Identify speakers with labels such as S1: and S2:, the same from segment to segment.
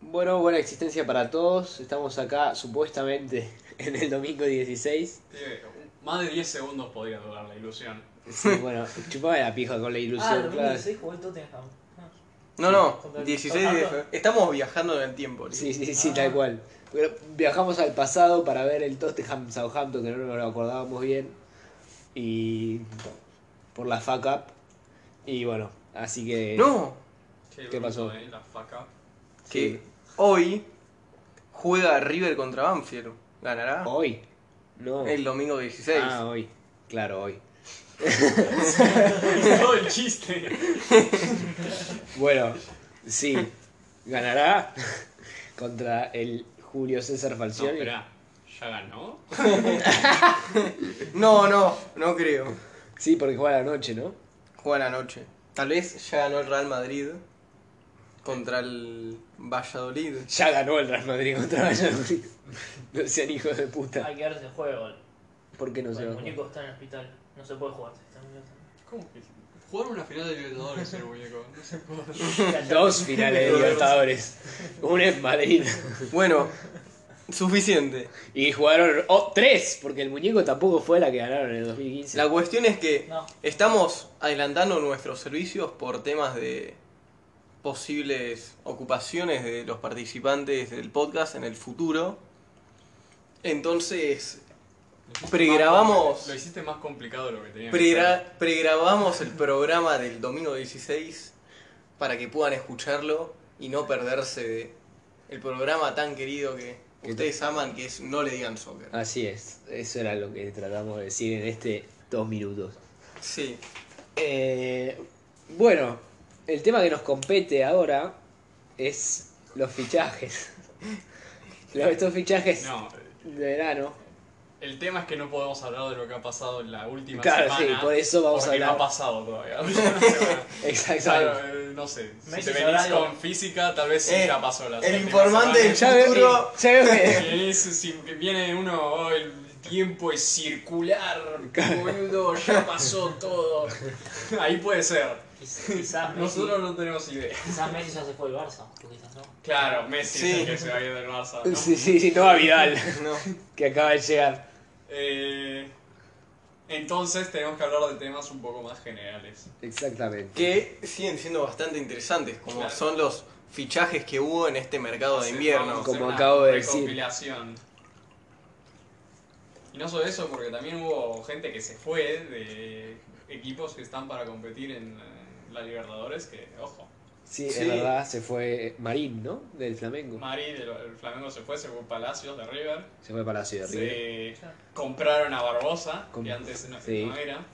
S1: Bueno, buena existencia para todos. Estamos acá supuestamente en el domingo 16.
S2: Eh, Más de 10 segundos podría durar la ilusión.
S1: Sí, bueno, chupame la pija con la
S3: Ah, el
S1: ilusión,
S3: domingo
S1: claro.
S3: 16 jugó el Tottenham. Ah.
S4: No, no,
S3: Contra el-
S4: 16
S3: Ah,
S4: de
S3: no.
S4: Estamos viajando en el tiempo. tío.
S1: Sí, sí, sí,
S3: Ah.
S1: tal cual. Pero viajamos al pasado para ver el Tottenham Southampton, que no nos lo acordábamos bien. Y. por la fuck up. Y bueno, así que.
S4: No,
S2: Qué,
S1: ¿Qué pasó?
S2: bruto, eh, la faca.
S4: que
S1: Sí.
S4: hoy juega River contra Banfield. ¿Ganará?
S1: Hoy. No.
S4: El domingo 16.
S1: Oh. ah, hoy. Claro, hoy.
S2: Todo el chiste.
S1: Bueno, sí. Ganará contra el Julio César
S2: No,
S1: Falcioni.
S2: esperá. ¿Ya ganó?
S4: No, no, no creo.
S1: sí, porque juega a la noche, ¿no?
S4: Juega la noche. Tal vez ya ganó el Real Madrid contra el Valladolid.
S1: Ya ganó el Real Madrid contra Valladolid. No sean hijos de puta.
S3: Hay que darse el Ah, juego.
S1: ¿Por qué no se
S3: el
S1: va a
S3: muñeco
S1: jugar?
S3: está en el hospital. No se puede jugar. Está en el hospital.
S2: ¿Cómo que? Jugar una final de Libertadores el muñeco. No se puede.
S1: Dos finales de Libertadores. Una en Madrid.
S4: Bueno, suficiente.
S1: Y jugaron oh, tres, porque el muñeco tampoco fue la que ganaron en el 2015.
S4: La cuestión es que
S3: No.
S4: estamos adelantando nuestros servicios por temas de posibles ocupaciones de los participantes del podcast en el futuro. Entonces, Pregrabamos.
S2: Lo hiciste más complicado de lo que tenía. que ser.
S4: pregra- pregrabamos el programa del domingo 16 para que puedan escucharlo y no perderse de el programa tan querido que
S1: Que- Ah.
S4: ustedes aman, que es No le digan soccer.
S1: Así es, eso era lo que tratamos de decir en este dos minutos.
S4: Sí,
S1: Eh, bueno, el tema que nos compete ahora es los fichajes. Los- Estos fichajes
S2: No,
S1: de verano.
S2: el tema es que no podemos hablar de lo que ha pasado en la última
S1: Claro,
S2: semana.
S1: sí, por eso vamos a
S2: porque
S1: hablar.
S2: no ha pasado todavía. la última semana.
S1: Exactamente.
S2: Claro, eh, no sé. Si
S3: Messi
S2: te
S3: sabrá
S2: venís
S3: algo.
S2: con física, tal vez sí
S4: Eh,
S2: ya pasó la
S4: el
S2: última
S4: informante
S2: semana.
S1: Ya veo,
S4: Futuro.
S1: ya veo que-
S2: Eh, Que es- si viene uno, "Oh, el tiempo es circular, boludo, ya pasó todo. Ahí puede ser.
S3: Quiz- Quizás Messi,
S2: Nosotros no tenemos idea.
S3: quizás Messi ya se fue del Barça. o Quizás no.
S2: Claro, Messi es
S4: Sí.
S2: el que se va a ir del Barça. ¿no?
S1: Sí, sí, sí, no a Vidal,
S4: no.
S1: que acaba de llegar.
S2: Eh, entonces tenemos que hablar de temas un poco más generales.
S1: Exactamente.
S4: que siguen siendo bastante interesantes, como
S2: Claro.
S4: son los fichajes que hubo en este mercado de invierno.
S1: Como acabo de decir.
S2: recopilación. Y no solo eso, porque también hubo gente que se fue de equipos que están para competir en eh, la Libertadores, que, ojo,
S1: Sí,
S4: Sí.
S1: es verdad, se fue Marín, ¿no? Del Flamengo.
S2: Mari del del Flamengo se fue, se fue Palacios de River,
S1: Se fue para la ciudad de River.
S2: se compraron a Barbosa,
S1: Com-
S2: que antes no,
S1: sí.
S2: no era.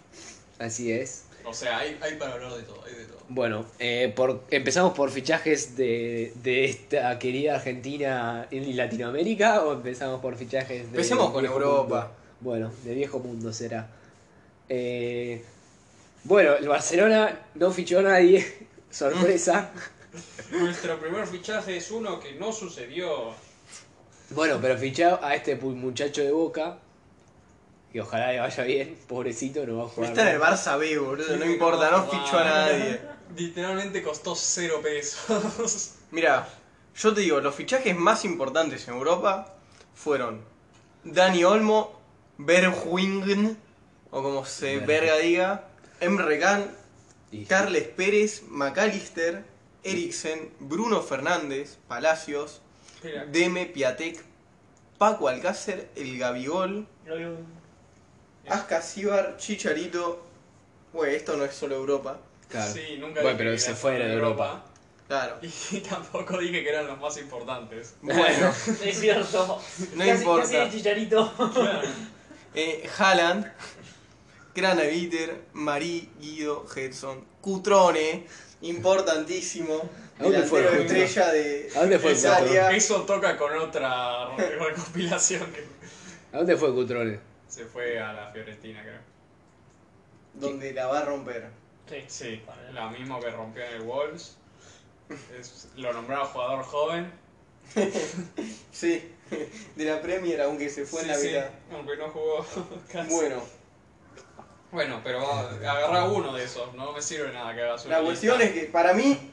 S1: Así es.
S2: O sea, hay, hay para hablar de todo, hay de todo.
S1: Bueno, eh, por, empezamos por fichajes de, de esta querida Argentina y Latinoamérica o empezamos por fichajes de...
S4: Empecemos con
S1: viejo
S4: Europa.
S1: mundo? Bueno, de viejo mundo será. Eh, bueno, el Barcelona no fichó a nadie, sorpresa.
S2: Nuestro primer fichaje es uno que no sucedió.
S1: Bueno, pero fichó a este pu- muchacho de Boca. Y ojalá le vaya bien, pobrecito, no va a jugar.
S4: Está en el
S1: más.
S4: Barça B, boludo, no importa, no fichó a nadie.
S2: Literalmente costó cero pesos.
S4: Mira, yo te digo, los fichajes más importantes en Europa fueron Dani Olmo, Bergwijn, o como se
S1: Berg.
S4: verga diga, Emre Can,
S1: Y-
S4: Carles Pérez, McAllister, Eriksen, Bruno Fernández, Palacios,
S2: Mira,
S4: Deme Piatek, Paco Alcácer, El Gabigol,
S3: Lolo.
S4: Ascasíbar, Chicharito. Güey, esto no es solo Europa.
S1: Claro.
S2: Sí, nunca
S1: Bueno,
S2: dije
S1: pero
S2: que
S1: se
S2: era
S1: fuera de Europa.
S4: Claro.
S2: Y tampoco dije que eran los más importantes.
S4: Bueno,
S3: Es cierto.
S4: no
S3: Casi- Casi
S4: importa.
S3: el chicharito.
S4: Eh, Haaland, Granaviter, Marí, Guido, Gerson, Cutrone, importantísimo.
S1: ¿A dónde fue el
S4: delantero
S1: Cutrone?
S4: estrella de
S1: ¿A dónde fue el
S4: de Italia.
S2: Eso toca con otra recopilación que
S1: ¿A dónde fue Cutrone?
S2: se fue a la Fiorentina, creo.
S4: Donde la va a romper.
S3: Sí.
S2: Sí, la misma que rompió en el Wolves. Es- lo nombraba jugador joven.
S4: Sí, de la Premier, aunque se fue en la
S2: Sí, sí,
S4: vida.
S2: aunque no jugó casi.
S4: Bueno,
S2: Bueno, pero va- agarrá uno de esos, no me sirve nada que hagas una
S4: la cuestión es que para mí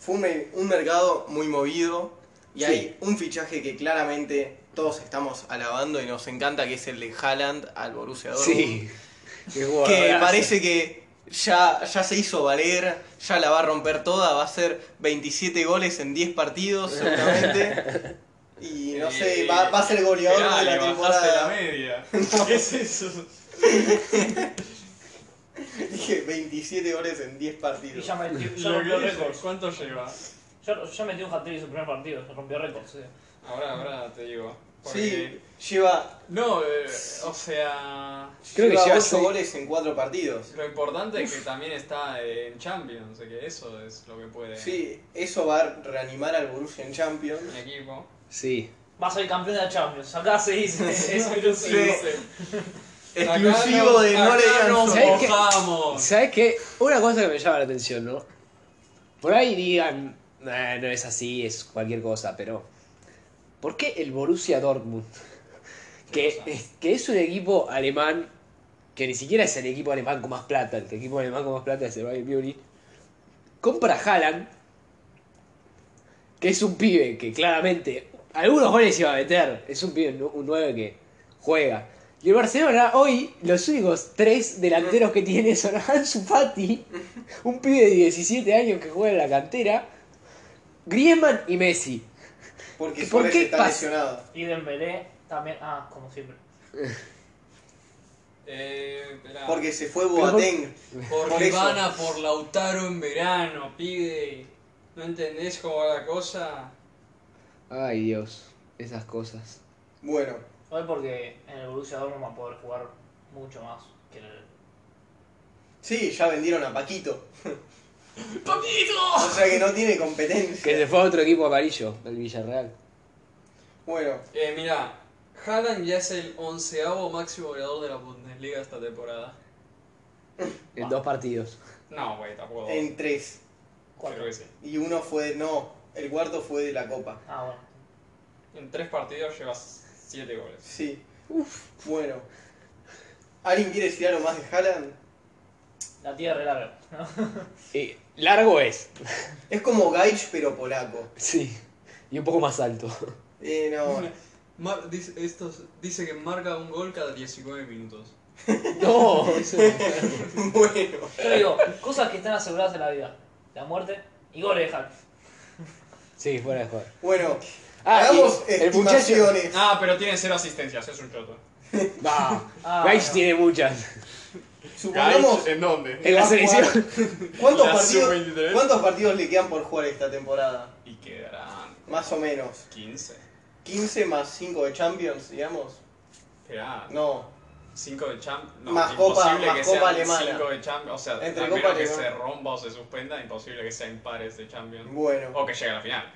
S4: fue un, me- un mercado muy movido y
S1: Sí.
S4: hay un fichaje que claramente todos estamos alabando y nos encanta que es el de Haaland al Borussia Dortmund.
S1: Sí. Qué
S4: que
S1: jugadorazo.
S4: parece que ya, ya se hizo valer, ya la va a romper toda, va a ser 27 goles en 10 partidos seguramente. Y no sé, va, va a ser goleador
S2: Esperá,
S4: de
S2: le
S4: la
S2: bajaste la
S4: temporada.
S2: media. ¿Qué es eso?
S4: Dije 27 goles en 10
S3: Y
S4: partidos.
S3: ya metió, ya
S2: Lo
S3: rompió
S2: que dice,
S3: récords.
S2: ¿Cuánto lleva?
S3: Ya, ya metió un hat-trick en su primer partido, ya rompió récords. sí.
S2: Ahora, ahora te digo.
S4: Sí,
S2: Porque-
S4: lleva,
S2: No, eh, o sea.
S1: Creo que
S4: lleva
S1: lleva
S4: 8
S1: seis.
S4: goles en 4 partidos.
S2: Lo importante es que también está en Champions, que eso es lo que puede
S4: Sí, eso va a reanimar al Borussia en Champions.
S2: un equipo.
S1: Sí.
S3: Va a ser campeón de la Champions. Acá se dice, es
S2: Sí,
S3: exclusivo.
S4: Exclusivo de No Le Digan
S2: nos
S4: Somos.
S1: ¿Sabés qué?
S2: mojamos.
S1: ¿Sabes qué? Una cosa que me llama la atención, ¿no? Por ahí digan, "Nah, no es así, es cualquier cosa, pero ¿por qué el Borussia Dortmund? Que,
S2: cosa?
S1: que es un equipo alemán, que ni siquiera es el equipo alemán con más plata, el equipo alemán con más plata es el Bayern Múnich, compra a Haaland, que es un pibe que claramente algunos goles iba a meter, es un pibe, un 9 que juega. Y el Barcelona hoy, los únicos tres delanteros que tiene son Ansu Fati, un pibe de 17 años que juega en la cantera, Griezmann y Messi.
S4: Porque
S1: ¿Por
S4: Suárez
S1: qué
S4: está
S1: pasa?
S4: lesionado.
S3: Y Dembélé también, ah, como siempre.
S2: Eh, esperá.
S4: Porque se fue
S1: por-
S4: Boateng.
S2: Porque
S4: por eso.
S2: van a por Lautaro en verano, pide. ¿No entendés cómo va la cosa?
S1: Ay Dios, esas cosas.
S4: Bueno,
S3: Hoy porque en el Borussia Dortmund va a poder jugar mucho más que en el...
S4: sí, ya vendieron a Paquito.
S2: ¡Papito!
S4: O sea que no tiene competencia.
S1: Que se fue a otro equipo amarillo, el Villarreal.
S4: Bueno,
S2: Eh, mirá, Haaland ya es el onceavo máximo goleador de la Bundesliga esta temporada.
S1: En
S3: Ah.
S1: dos partidos.
S2: No, güey, tampoco.
S4: en tres.
S3: cuatro.
S2: Creo que sí.
S4: Y uno fue. No, el cuarto fue de la Copa.
S3: Ah, bueno.
S2: En tres partidos llevas siete goles.
S4: Sí. Bueno. ¿Alguien quiere decir algo más de Haaland?
S3: La tierra es larga, ¿no?
S1: Eh, largo es.
S4: Es como Gaich pero polaco.
S1: Sí. Y un poco más alto.
S4: Eh, no.
S2: Mar- dice, estos- dice que marca un gol cada 19 minutos.
S1: No, eso no.
S4: bueno.
S3: Yo digo, cosas que están aseguradas en la vida. La muerte y goles de Hulk.
S1: Sí, fuera de juego.
S4: Bueno.
S1: Ah,
S4: hagamos
S1: y el muchacho-
S4: estimaciones.
S2: Ah, pero tiene cero asistencias, es un choto.
S1: Va.
S3: Ah,
S1: Gaich
S3: no.
S1: tiene muchas.
S4: Supongamos.
S2: ¿En dónde?
S1: En la
S4: va a
S1: selección.
S4: jugar- ¿Cuántos
S2: La
S4: partidos,
S2: sub-23.
S4: ¿Cuántos partidos le quedan por jugar esta temporada?
S2: Y quedarán
S4: Más o menos.
S2: 15.
S4: 15 más 5 de Champions, digamos.
S2: Esperá,
S4: No.
S2: 5 de Champions. No,
S4: Más
S2: imposible
S4: Copa-
S2: que
S4: más Copa
S2: sean
S4: alemana.
S2: 5 de Champions. O sea,
S4: Entre
S2: a
S4: Copa
S2: menos que
S4: alemana.
S2: se rompa o se suspenda, imposible que sean impares de Champions.
S4: Bueno,
S2: O que llegue a la final.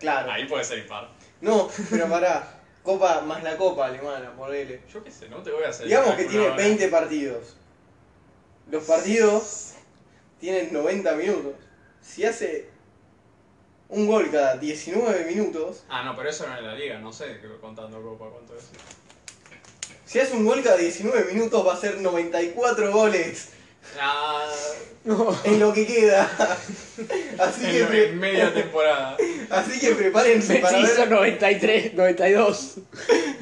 S4: claro.
S2: Ahí puede ser impar.
S4: No, pero pará. Copa más la copa alemana, ponele.
S2: Yo qué sé, no te voy a hacer.
S4: Digamos que tiene
S2: calculadora.
S4: 20 partidos. Los partidos tienen 90 minutos. Si hace un gol cada 19 minutos,
S2: Ah, no, pero eso no es la liga, no sé qué- contando Copa cuánto es.
S4: si hace un gol cada 19 minutos va a ser 94 goles
S2: Ah,
S4: en lo que queda. Así que,
S2: en,
S4: pre-
S2: en media temporada.
S4: así que prepárense para
S1: Messi hizo
S4: ver
S1: 93, 92.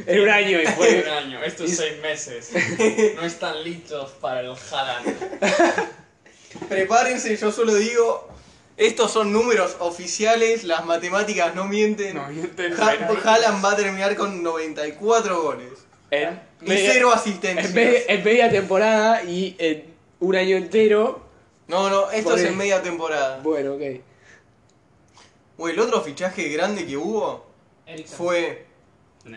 S1: En un año y
S2: Fue un
S1: fue.
S2: año, esto es seis meses. No están listos para el Haaland.
S4: Prepárense, yo solo digo, estos son números oficiales, las matemáticas no mienten. Ja- Haaland va a terminar con 94 goles
S1: En
S4: y
S1: media-
S4: cero
S1: en
S4: asistencias.
S1: media- en media temporada y en un año entero.
S4: No, no, esto
S1: Por
S4: es
S1: el-
S4: en media temporada.
S1: Bueno, ok.
S4: O el otro fichaje grande que hubo
S3: Eriksen.
S4: fue,
S2: Nah.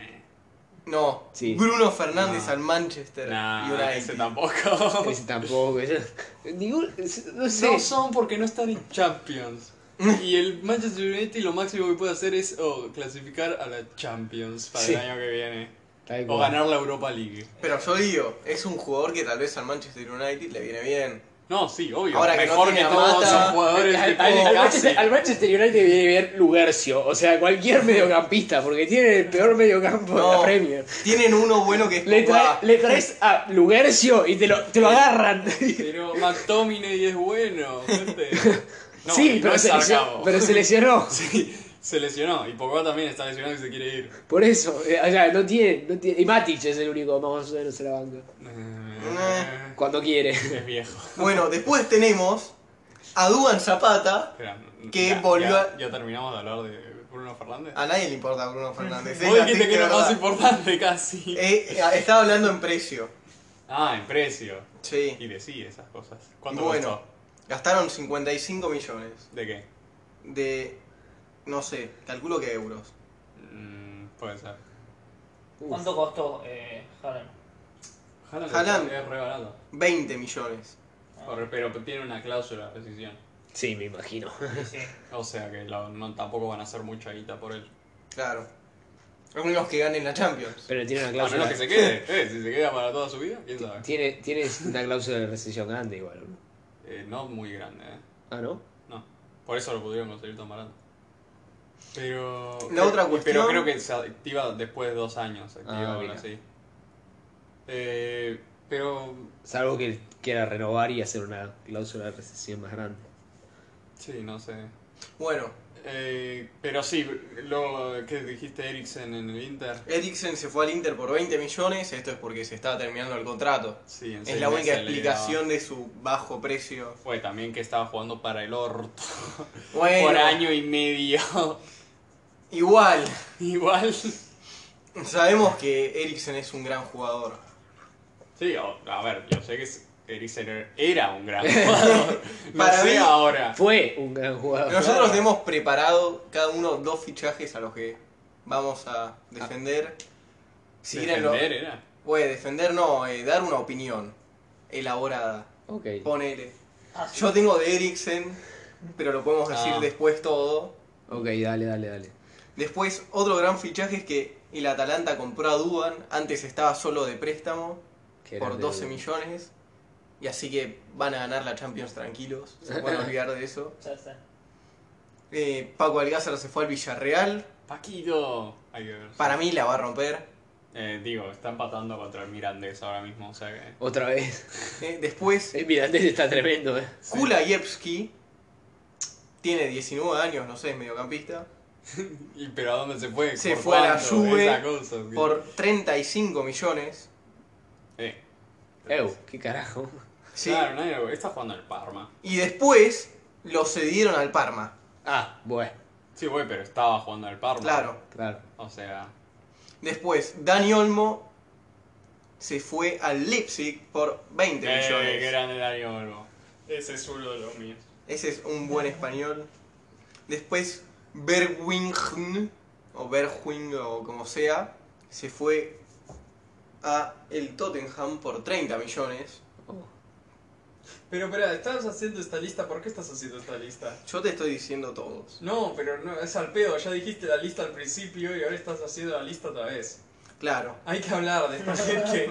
S4: no,
S1: Sí.
S4: Bruno Fernández
S2: No.
S4: al Manchester
S2: Nah,
S4: United.
S2: ese tampoco.
S1: Ese tampoco. ese- Ningún, no sé.
S2: No son porque no están en Champions. Y el Manchester United lo máximo que puede hacer es o clasificar a la Champions para
S1: Sí.
S2: el año que viene.
S1: Tal
S2: O
S1: cual.
S2: ganar la Europa League.
S4: Pero yo digo, es un jugador que tal vez al Manchester United le viene bien.
S2: No, sí, obvio.
S4: Ahora que no
S2: Mejor que,
S4: tiene a
S2: todos
S4: Mata,
S2: los jugadores que
S1: Al, al- al
S2: casi.
S1: Manchester, al Manchester United viene bien Lugercio, o sea, cualquier mediocampista, porque tiene el peor mediocampo de
S4: No,
S1: la Premier.
S4: tienen uno bueno que es
S1: Le,
S4: Pogba.
S1: trae- le traes a Lugercio y te lo, te lo agarran.
S2: Pero McTominay es bueno. gente.
S5: No,
S1: sí,
S5: y
S1: pero,
S5: no es
S1: se lesionó,
S5: Sargabo.
S1: pero se lesionó.
S5: Sí, se lesionó. Y Pogba también está lesionado y se quiere ir.
S1: Por eso, eh, o sea, no tiene, no tiene. Y Matic es el único más o menos en la banca.
S5: Eh,
S1: Cuando quiere.
S5: Es viejo.
S4: Bueno, después tenemos a Duan Zapata.
S5: Espera,
S4: Que
S5: ya,
S4: volvió
S5: ya-
S4: a- Ah,
S5: ya terminamos de hablar de Bruno Fernández.
S4: A nadie le importa a Bruno Fernández. es
S5: Vos dijiste
S4: así,
S5: que
S4: de
S5: era lo más
S4: verdad.
S5: importante casi.
S4: Eh, eh, estaba hablando en precio.
S5: Ah, en precio.
S4: Sí.
S5: Y decir esas cosas. ¿Cuánto
S4: Bueno.
S5: costó?
S4: Gastaron 55 millones
S5: ¿De qué?
S4: de. No sé, calculo que euros.
S5: Mm, puede ser.
S3: ¿Cuánto costó eh, Haaland?
S5: Haaland
S4: Haaland.
S5: Es re barato.
S4: 20 millones.
S5: Por- Pero tiene una cláusula de rescisión.
S1: Sí, me imagino.
S3: Sí, sí.
S5: O sea que la- no, tampoco van a hacer mucha guita por él.
S4: Claro. A menos que ganen la Champions.
S1: Pero tiene una
S5: A
S1: cláusula.
S5: menos que se quede. Eh, si se queda para toda su vida, quién sabe.
S1: tiene, tiene una cláusula de rescisión grande igual. ¿no?
S5: Eh, no muy grande, eh.
S1: Ah, ¿no?
S5: No. Por eso lo pudieron conseguir tan barato. Pero.
S4: La otra
S5: pero-
S4: cuestión-
S5: Pero creo que se activa después de dos años. se activa
S1: Ah,
S5: o algo
S1: mira.
S5: así. Eh, pero.
S1: Salvo que quiera renovar y hacer una cláusula de rescisión más grande.
S5: Sí, no sé.
S4: Bueno,
S5: Eh, pero sí, lo que dijiste Eriksen en el Inter.
S4: Eriksen se fue al Inter por 20 millones. Esto es porque se estaba terminando el contrato.
S5: Sí, en
S4: Es
S5: seis
S4: la única
S5: meses le
S4: explicación de su bajo precio.
S5: daba- Fue también que estaba jugando para el orto
S4: Bueno,
S5: por año y medio.
S4: igual.
S5: Igual.
S4: Sabemos que Eriksen es un gran jugador.
S5: Sí, o- a ver, yo sé que es- Eriksen era un gran jugador. No
S4: Para
S5: sé
S4: mí-
S5: ahora.
S1: Fue un gran jugador.
S4: Nosotros hemos preparado cada uno dos fichajes a los que vamos a defender. Si quieren lo-
S5: Ah. Defender era.
S4: Güey, defender no, eh, dar una opinión elaborada.
S1: Ok.
S4: Ponele.
S3: Ah, sí.
S4: Yo tengo de Eriksen, pero lo podemos decir
S5: Ah.
S4: después todo.
S1: Ok, dale, dale, dale.
S4: Después, otro gran fichaje es que el Atalanta compró a Duban. Antes estaba solo de préstamo
S1: Que
S4: por
S1: grande,
S4: 12
S1: Duban.
S4: millones. Y así que van a ganar la Champions tranquilos. Se pueden olvidar de eso.
S3: Ya está.
S4: Eh, Paco Alcázar se fue al Villarreal.
S5: Paquito. Hay que ver.
S4: Para mí la va a romper.
S5: Eh, digo, está empatando contra el Mirandés ahora mismo. O sea que.
S1: Otra vez.
S4: Eh, después,
S1: El Mirandés está tremendo, eh.
S4: Kulayevski tiene 19 años, no sé, es mediocampista.
S5: ¿Y pero a dónde se fue?
S4: Se
S5: ¿Por
S4: fue a la
S5: cuánto?
S4: Juve
S5: Esa cosa, sí.
S4: Por 35 millones.
S5: Eh.
S1: Ew, qué carajo.
S4: Sí.
S5: Claro, nadie- está jugando el Parma.
S4: Y después lo cedieron al Parma.
S1: Ah, bueno,
S5: Sí, güey, pero estaba jugando al Parma.
S4: Claro.
S1: claro.
S5: O sea,
S4: Después, Dani Olmo se fue al Leipzig por 20
S5: eh,
S4: millones.
S5: que grande Dani Olmo. Ese es uno de los míos.
S4: Ese es un buen español. Después, Berwingen, o Berwing, o como sea, se fue a el Tottenham por 30 millones.
S2: Pero espera, estabas haciendo esta lista, ¿por qué estás haciendo esta lista?
S4: Yo te estoy diciendo todos.
S2: No, pero no, es al pedo, ya dijiste la lista al principio y ahora estás haciendo la lista otra vez.
S4: Claro.
S2: Hay que hablar de esta gente.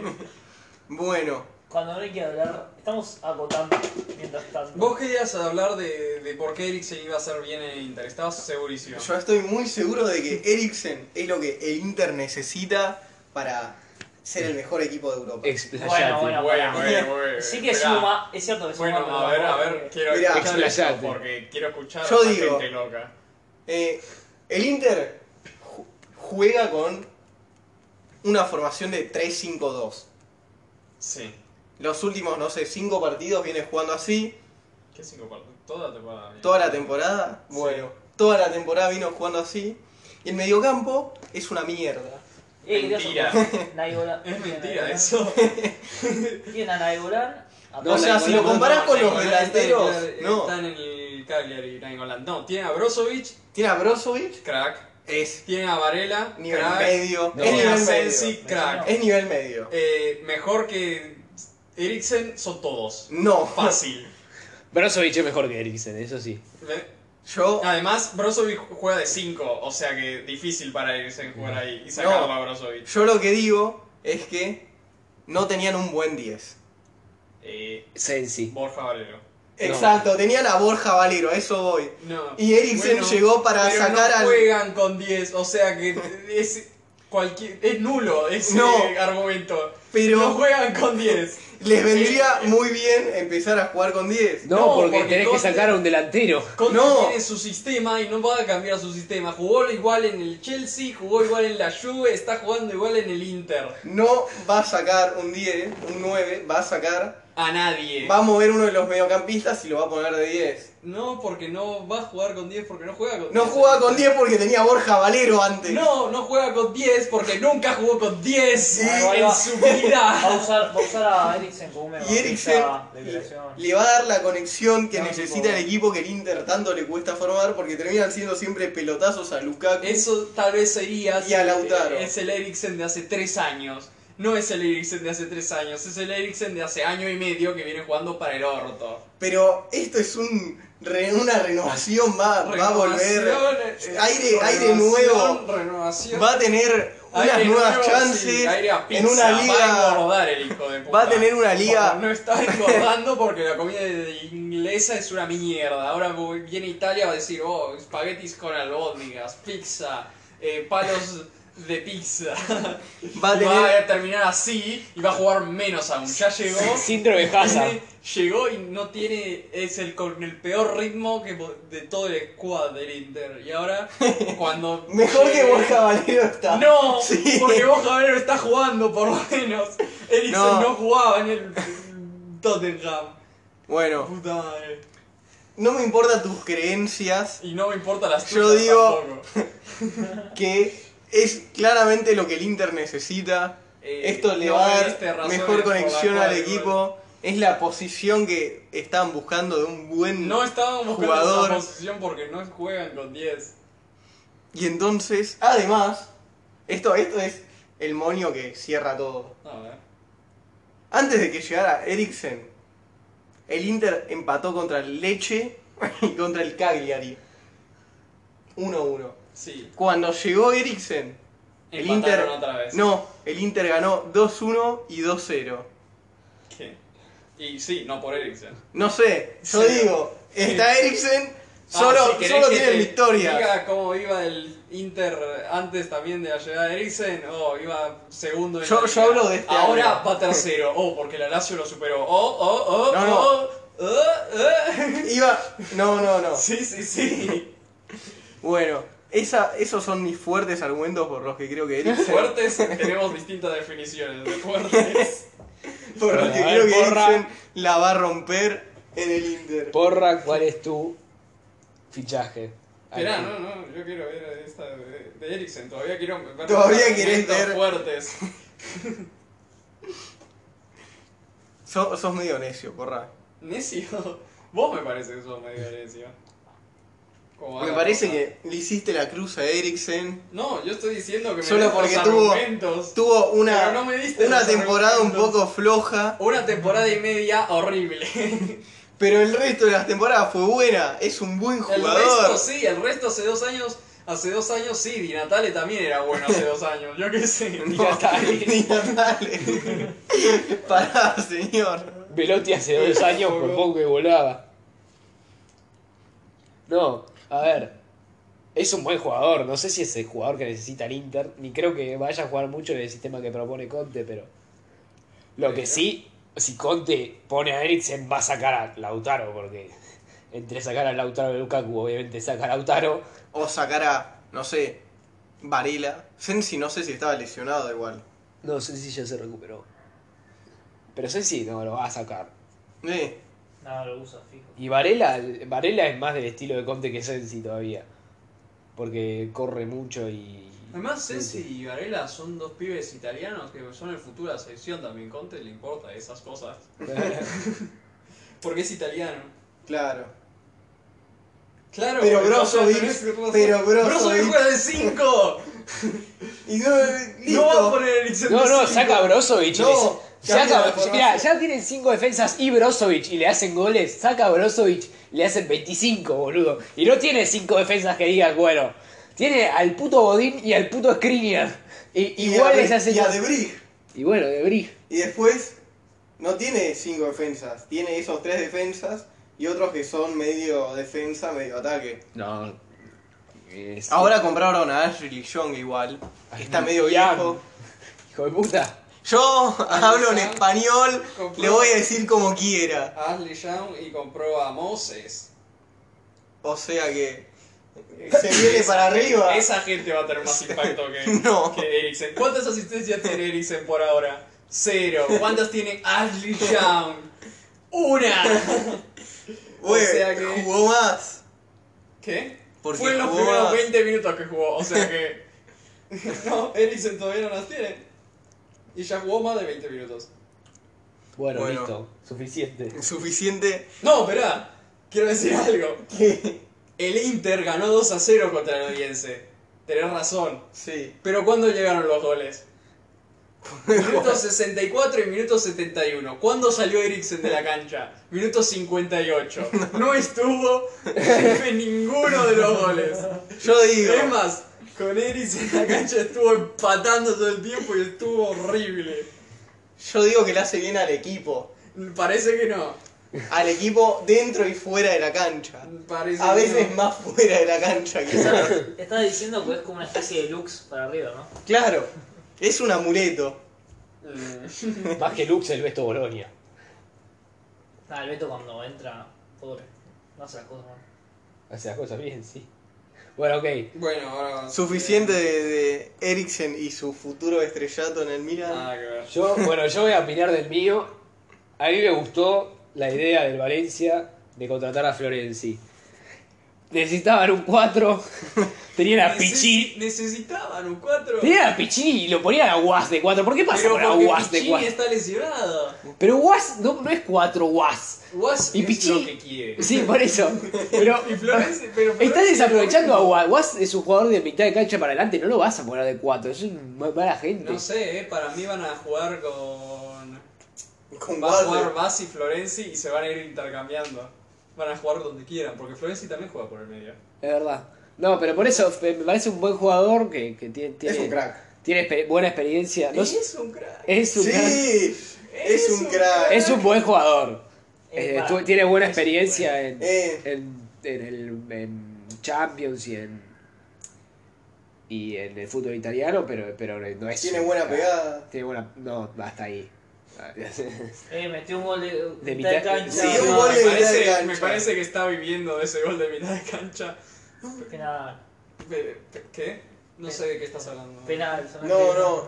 S4: Bueno,
S3: Cuando no hay que hablar, estamos acotando mientras tanto.
S2: Vos querías hablar de, de por qué Eriksen iba a hacer bien en el Inter, estabas segurísimo.
S4: yo estoy muy seguro de que Eriksen es lo que el Inter necesita para ser el mejor equipo de Europa.
S1: Explayate.
S3: Bueno,
S2: Bueno, bueno, bueno.
S3: Sí que es
S2: esperá.
S3: suma, eh. es cierto que es
S2: Bueno,
S3: suma,
S2: a ver,
S3: pero
S2: a ver,
S3: tampoco
S2: quiero
S3: que-
S4: Mirá,
S2: escuchar esto
S1: explayate.
S2: porque quiero escuchar
S4: Yo
S2: a esta
S4: digo-
S2: gente loca.
S4: Eh, el Inter ju- juega con una formación de 3-5-2.
S2: Sí.
S4: Los últimos, no sé, 5 partidos viene jugando así.
S2: ¿Qué cinco partes? Toda temporada. mira.
S4: Toda la temporada, bueno, toda la temporada vino jugando así. Y el mediocampo es una mierda.
S3: Eh, quería
S2: Mentira.
S3: hacer- Naigolan-
S2: Es
S3: tiene
S2: mentira
S3: Naigolan.
S2: eso.
S3: Tienen a Naigolan. a
S1: No,
S4: o sea,
S1: la-
S4: si lo
S1: no,
S4: comparás con los
S2: Nainggolan está en el-
S4: delanteros, no.
S2: Están en el Cagliari, Nainggolan. No, tiene a Brozovic,
S4: Tiene a Brozovic,
S2: crack.
S4: es
S2: Tiene a Varela,
S4: nivel
S2: crack.
S4: medio.
S1: No.
S4: es
S2: Tiene a
S4: nivel
S2: Sensi,
S4: medio.
S2: crack.
S4: Es nivel medio.
S2: Eh, mejor que Eriksen son todos.
S4: No,
S2: Fácil.
S1: Brozovic es mejor que Eriksen, eso sí.
S2: Me-
S4: yo
S2: Además, Brozovic juega de 5, o sea que difícil para Eriksen jugar ahí y sacarlo a Brozovic.
S4: Yo lo que digo es que no tenían un buen 10.
S2: Eh,
S1: Sensi.
S2: Borja Valero.
S4: Exacto, tenían a Borja Valero, a eso voy.
S2: No.
S4: Y Eriksen
S2: Bueno,
S4: llegó para
S2: pero
S4: sacar
S2: no
S4: al.
S2: juegan con 10, o sea que es Cualquier, es nulo ese
S4: No.
S2: argumento.
S4: Pero-
S2: No juegan con Eh, 10.
S4: Les vendría muy bien empezar a jugar con 10.
S1: No,
S2: No,
S1: porque,
S2: porque
S1: tenés que
S2: Costa-
S1: sacar a un delantero.
S2: Conte
S4: No.
S2: tiene su sistema y no va a cambiar su sistema. Jugó igual en el Chelsea, jugó igual en la Juve, está jugando igual en el Inter.
S4: No va a sacar un 10, un 9, va a sacar.
S2: A nadie.
S4: Va a mover uno de los mediocampistas y lo va a poner de 10.
S2: No, porque no va a jugar con 10 porque no juega con
S4: No jugaba con 10 porque tenía Borja Valero antes.
S2: No, no juega con 10 porque nunca jugó con 10
S3: ahí
S2: en
S3: va.
S2: su
S3: Va a
S2: vida.
S3: usar, va a, usar a Eriksen como un
S4: Y Eriksen
S3: mediocampista de creación.
S4: le va a dar la conexión que
S3: No,
S4: necesita
S3: tipo-
S4: el equipo que el Inter tanto le cuesta formar porque terminan siendo siempre pelotazos a Lukaku.
S2: Eso tal vez sería
S4: Y a Lautaro.
S2: es el Eriksen de hace 3 años. No es el Eriksen de hace 3 años, es el Eriksen de hace año y medio que viene jugando para el orto.
S4: Pero esto es un re- una renovación, va, va a volver.
S2: Renovación, eh,
S4: Aire- aire
S2: renovación,
S4: nuevo.
S2: Renovación.
S4: Va a tener unas
S2: Aire
S4: nuevas
S2: nuevo,
S4: chances
S2: sí, aire a
S4: en
S2: pizza,
S4: una
S2: Va a
S4: liga.
S2: engordar el hijo de puta.
S4: Va a tener una
S2: Porque
S4: liga.
S2: No está engordando porque la comida de- inglesa es una mierda. Ahora viene Italia va a decir, oh, espaguetis con albóndigas, pizza, eh, palos de pizza.
S4: Va a
S2: Y va
S4: tener.
S2: a terminar así y va a jugar menos aún. Ya llegó.
S1: Síndrome de Hazard.
S2: tiene- llegó y no tiene. Es el con el peor ritmo que po- de todo el squad del Inter. Y ahora, cuando.
S4: Mejor que
S2: llegue-
S4: Borja Valero está.
S2: no,
S4: Sí.
S2: porque Borja Valero está jugando por lo menos. Eriksen
S4: No.
S2: no. jugaba en el Tottenham.
S4: Bueno,
S2: Puta madre.
S4: no me importan tus creencias,
S2: Y no me importa las
S4: Yo
S2: tuyas
S4: digo-
S2: tampoco.
S4: que es claramente lo que el Inter necesita.
S2: Eh,
S4: Esto le
S2: no
S4: va a
S2: me diste
S4: dar
S2: razones
S4: mejor
S2: por las
S4: conexión al
S2: cuales, bueno.
S4: equipo. Es la posición que estaban buscando de un buen.
S2: No estábamos buscando
S4: Jugador.
S2: esa posición porque no juegan con 10.
S4: Y entonces, además, esto, esto es el moño que cierra todo.
S2: A ver.
S4: Antes de que llegara Eriksen, el Inter empató contra el Leche y contra el Cagliari. 1-1.
S2: Sí.
S4: Cuando llegó Eriksen, el Inter.
S2: Empataron otra vez.
S4: No, el Inter ganó 2-1 y 2-0.
S2: ¿Qué? Y sí, no por Eriksen. Ah,
S4: No sé, yo
S2: Sí.
S4: digo, está Eriksen,
S2: Ah,
S4: solo,
S2: si querés
S4: solo
S2: que
S4: tienen
S2: te
S4: victorias.
S2: Diga cómo iba el Inter antes también de la llegada de Eriksen. Oh, iba segundo en
S4: Yo-
S2: la
S4: yo
S2: liga.
S4: hablo de este
S2: Ahora
S4: año.
S2: va tercero. Oh, porque la Lazio lo superó. Oh, oh, oh,
S4: No, no.
S2: oh, oh,
S4: Iba. No, no, no.
S2: oh. Sí, sí, sí.
S4: Bueno, esa, esos son mis fuertes argumentos por los que creo que Eriksen.
S2: Fuertes, tenemos distintas definiciones de fuertes.
S4: Por los que
S1: A ver,
S4: creo que
S1: porra.
S4: Eriksen la va a romper en el Inter.
S1: Porra, ¿cuál es tu fichaje?
S2: Esperá, no, no, yo quiero ver esta de, de Eriksen. Todavía quiero ver
S4: Todavía
S2: los
S4: querés
S2: argumentos
S4: ver.
S2: fuertes.
S4: So- sos medio necio, porra.
S2: Necio. Vos me parece que sos medio necio. Como
S4: Me
S2: haga
S4: parece
S2: cosa.
S4: que le hiciste la cruz a Eriksen.
S2: No, yo estoy diciendo que me
S4: Solo
S2: des
S4: porque
S2: los
S4: tuvo-
S2: argumentos.
S4: Tuvo una,
S2: Pero no me diste
S4: una
S2: los
S4: temporada un
S2: argumentos.
S4: poco floja,
S2: Una temporada y media horrible.
S4: pero el resto de las temporadas fue buena. Es un buen
S2: El
S4: jugador.
S2: resto sí, el resto hace dos años. Hace dos años sí, Di Natale también era bueno hace dos años, yo qué sé.
S1: Y ya está.
S4: Ni Natale. Pará, señor.
S1: Velotti hace dos años por poco que volaba. No, a ver. Es un buen jugador. No sé si es el jugador que necesita el Inter. Ni creo que vaya a jugar mucho en el sistema que propone Conte, pero. Lo que sí, si Conte pone a Eriksen, va a sacar a Lautaro, porque. Entre sacar a Lautaro y Lukaku, obviamente saca a Lautaro.
S4: O sacará, no sé, Varela. Sensi no sé si estaba lesionado igual.
S1: No sé si ya se recuperó. Pero sé si no lo va a sacar.
S4: Eh,
S3: No, lo usa fijo.
S1: Y Varela, Varela es más del estilo de Conte que Sensi todavía. Porque corre mucho y.
S2: Además, Sensi y Varela son dos pibes italianos que son el futuro de la selección también. Conte le importa esas cosas. Porque es italiano.
S4: claro.
S2: Claro,
S4: Pero
S2: porque
S4: Brozovic,
S2: no es Grosso.
S4: pero Brozovic.
S2: juega de 5.
S4: Y no, eh, listo.
S2: No va a poner Eriksen
S1: No,
S2: de
S1: no,
S2: cinco.
S1: saca a Brozovic.
S4: No,
S1: les-
S4: cambia
S1: saca,
S4: la formación.
S1: mira, ya tienen 5 defensas y Brozovic y le hacen goles. Saca a Brozovic, le hacen 25, boludo. Y no tiene 5 defensas que digas, bueno. Tiene al puto Godín y al puto Skriniar. Y,
S4: Y
S1: igual
S4: a-
S1: les hace.
S4: y a De Bruyne.
S1: Y bueno, de Brij.
S4: Y después no tiene cinco defensas, tiene esos tres defensas y otros que son medio defensa, medio ataque.
S1: No. Es-
S4: Ahora compraron a Ashley Young igual, que está medio viejo.
S1: Hijo de puta.
S4: Yo hablo en
S2: Young.
S4: español,
S2: Compró-
S4: le voy a decir como quiera.
S2: A Ashley Young y compró a Moses.
S4: O sea que se viene para arriba.
S2: Esa gente va a tener más impacto que,
S4: No.
S2: que Eriksen. ¿Cuántas asistencias tiene Eriksen por ahora? Cero. ¿Cuántas tiene Ashley Young? Una.
S4: Güey,
S2: o sea que-
S4: jugó más.
S2: ¿Qué?
S4: Porque
S2: Fue en los
S4: jugó
S2: primeros
S4: más.
S2: 20 minutos que jugó. O sea que. no, Eriksen todavía no las tiene. Y ya jugó más de 20 minutos.
S1: Bueno,
S4: Bueno.
S1: listo. Suficiente.
S4: Suficiente.
S2: No, espera. Quiero decir algo. El Inter ganó 2 a 0 contra el Odense. Tenés razón.
S4: Sí.
S2: Pero ¿cuándo llegaron los goles? Minuto 64 y minuto 71. ¿Cuándo salió Eriksen de la cancha? Minuto 58. No estuvo en ninguno de los goles.
S4: Yo digo.
S2: Es más, con Eriksen en la cancha estuvo empatando todo el tiempo y estuvo horrible.
S4: Yo digo que le hace bien al equipo.
S2: Parece que no.
S4: Al equipo dentro y fuera de la cancha.
S2: Parece
S4: A
S2: que
S4: veces
S2: no.
S4: más fuera de la cancha, quizás.
S3: Estás diciendo que es como una especie de lux para arriba, ¿no?
S4: claro, es un amuleto.
S1: Más que Lux el Beto Bolonia.
S3: Nada, el Beto cuando entra, pobre, no hace las cosas, ¿no?
S1: Hace las cosas bien, sí. Bueno, ok.
S2: Bueno, ahora.
S4: Suficiente de, de Eriksen y su futuro estrellato en el Milan.
S2: Nada que ver.
S1: Yo, bueno, yo voy a opinar del mío. A mí me gustó la idea del Valencia de contratar a Florenzi. Necesitaban un 4. Tenían a
S2: Necesi-
S1: Pichini.
S2: Necesitaban un 4.
S1: Tenían a Pichini y lo ponían a Guas de 4. ¿Por qué pasa
S2: Pero
S1: con a
S2: porque
S1: Guas de
S2: Pichini
S1: 4?
S2: está lesionado.
S1: Pero Guas no, no es 4 Guas.
S2: Was
S1: Y
S2: es
S1: Pichini-
S2: lo que quiere.
S1: Sí, por eso. Pero
S2: Y Florencia- pero
S1: Estás
S2: Florencia-
S1: desaprovechando a Guas. Guas es un jugador de mitad de cancha para adelante. No lo vas a poner de 4. Es un ma- mala gente.
S2: No sé, eh, para mí van a jugar con.
S4: Con
S2: Va a jugar
S4: Guardia.
S2: Bas y Florenzi y se van a ir intercambiando. Van a jugar donde quieran, porque Florenzi también juega por el medio.
S1: Es verdad. No, pero por eso me me parece un buen jugador que, que tiene,
S4: Es
S1: tiene-
S4: un crack.
S1: tiene exper- buena experiencia. No sé-
S2: Es un crack.
S1: es, un gran-
S4: Sí, es un crack.
S1: es un buen jugador.
S3: Eh,
S1: Eh,
S3: para-
S1: tu- tiene buena
S3: es-
S1: experiencia en,
S4: Eh.
S1: en, en el, en Champions y en, y en el fútbol italiano, pero, pero no es.
S4: Tiene
S1: un
S4: buena
S1: crack.
S4: pegada.
S1: Tiene buena. No, hasta ahí.
S3: Eh, metió un gol de,
S1: De
S3: mitad
S1: mitad-
S3: cancha.
S1: sí,
S4: un
S2: No,
S4: gol
S2: me,
S4: de mitad de
S2: parece,
S4: cancha.
S2: me parece que está viviendo de ese gol de mitad de cancha.
S3: Penal,
S2: Pe- pe- ¿Qué? No sé de qué estás hablando.
S3: penal. son
S4: No,
S3: penal.
S4: no.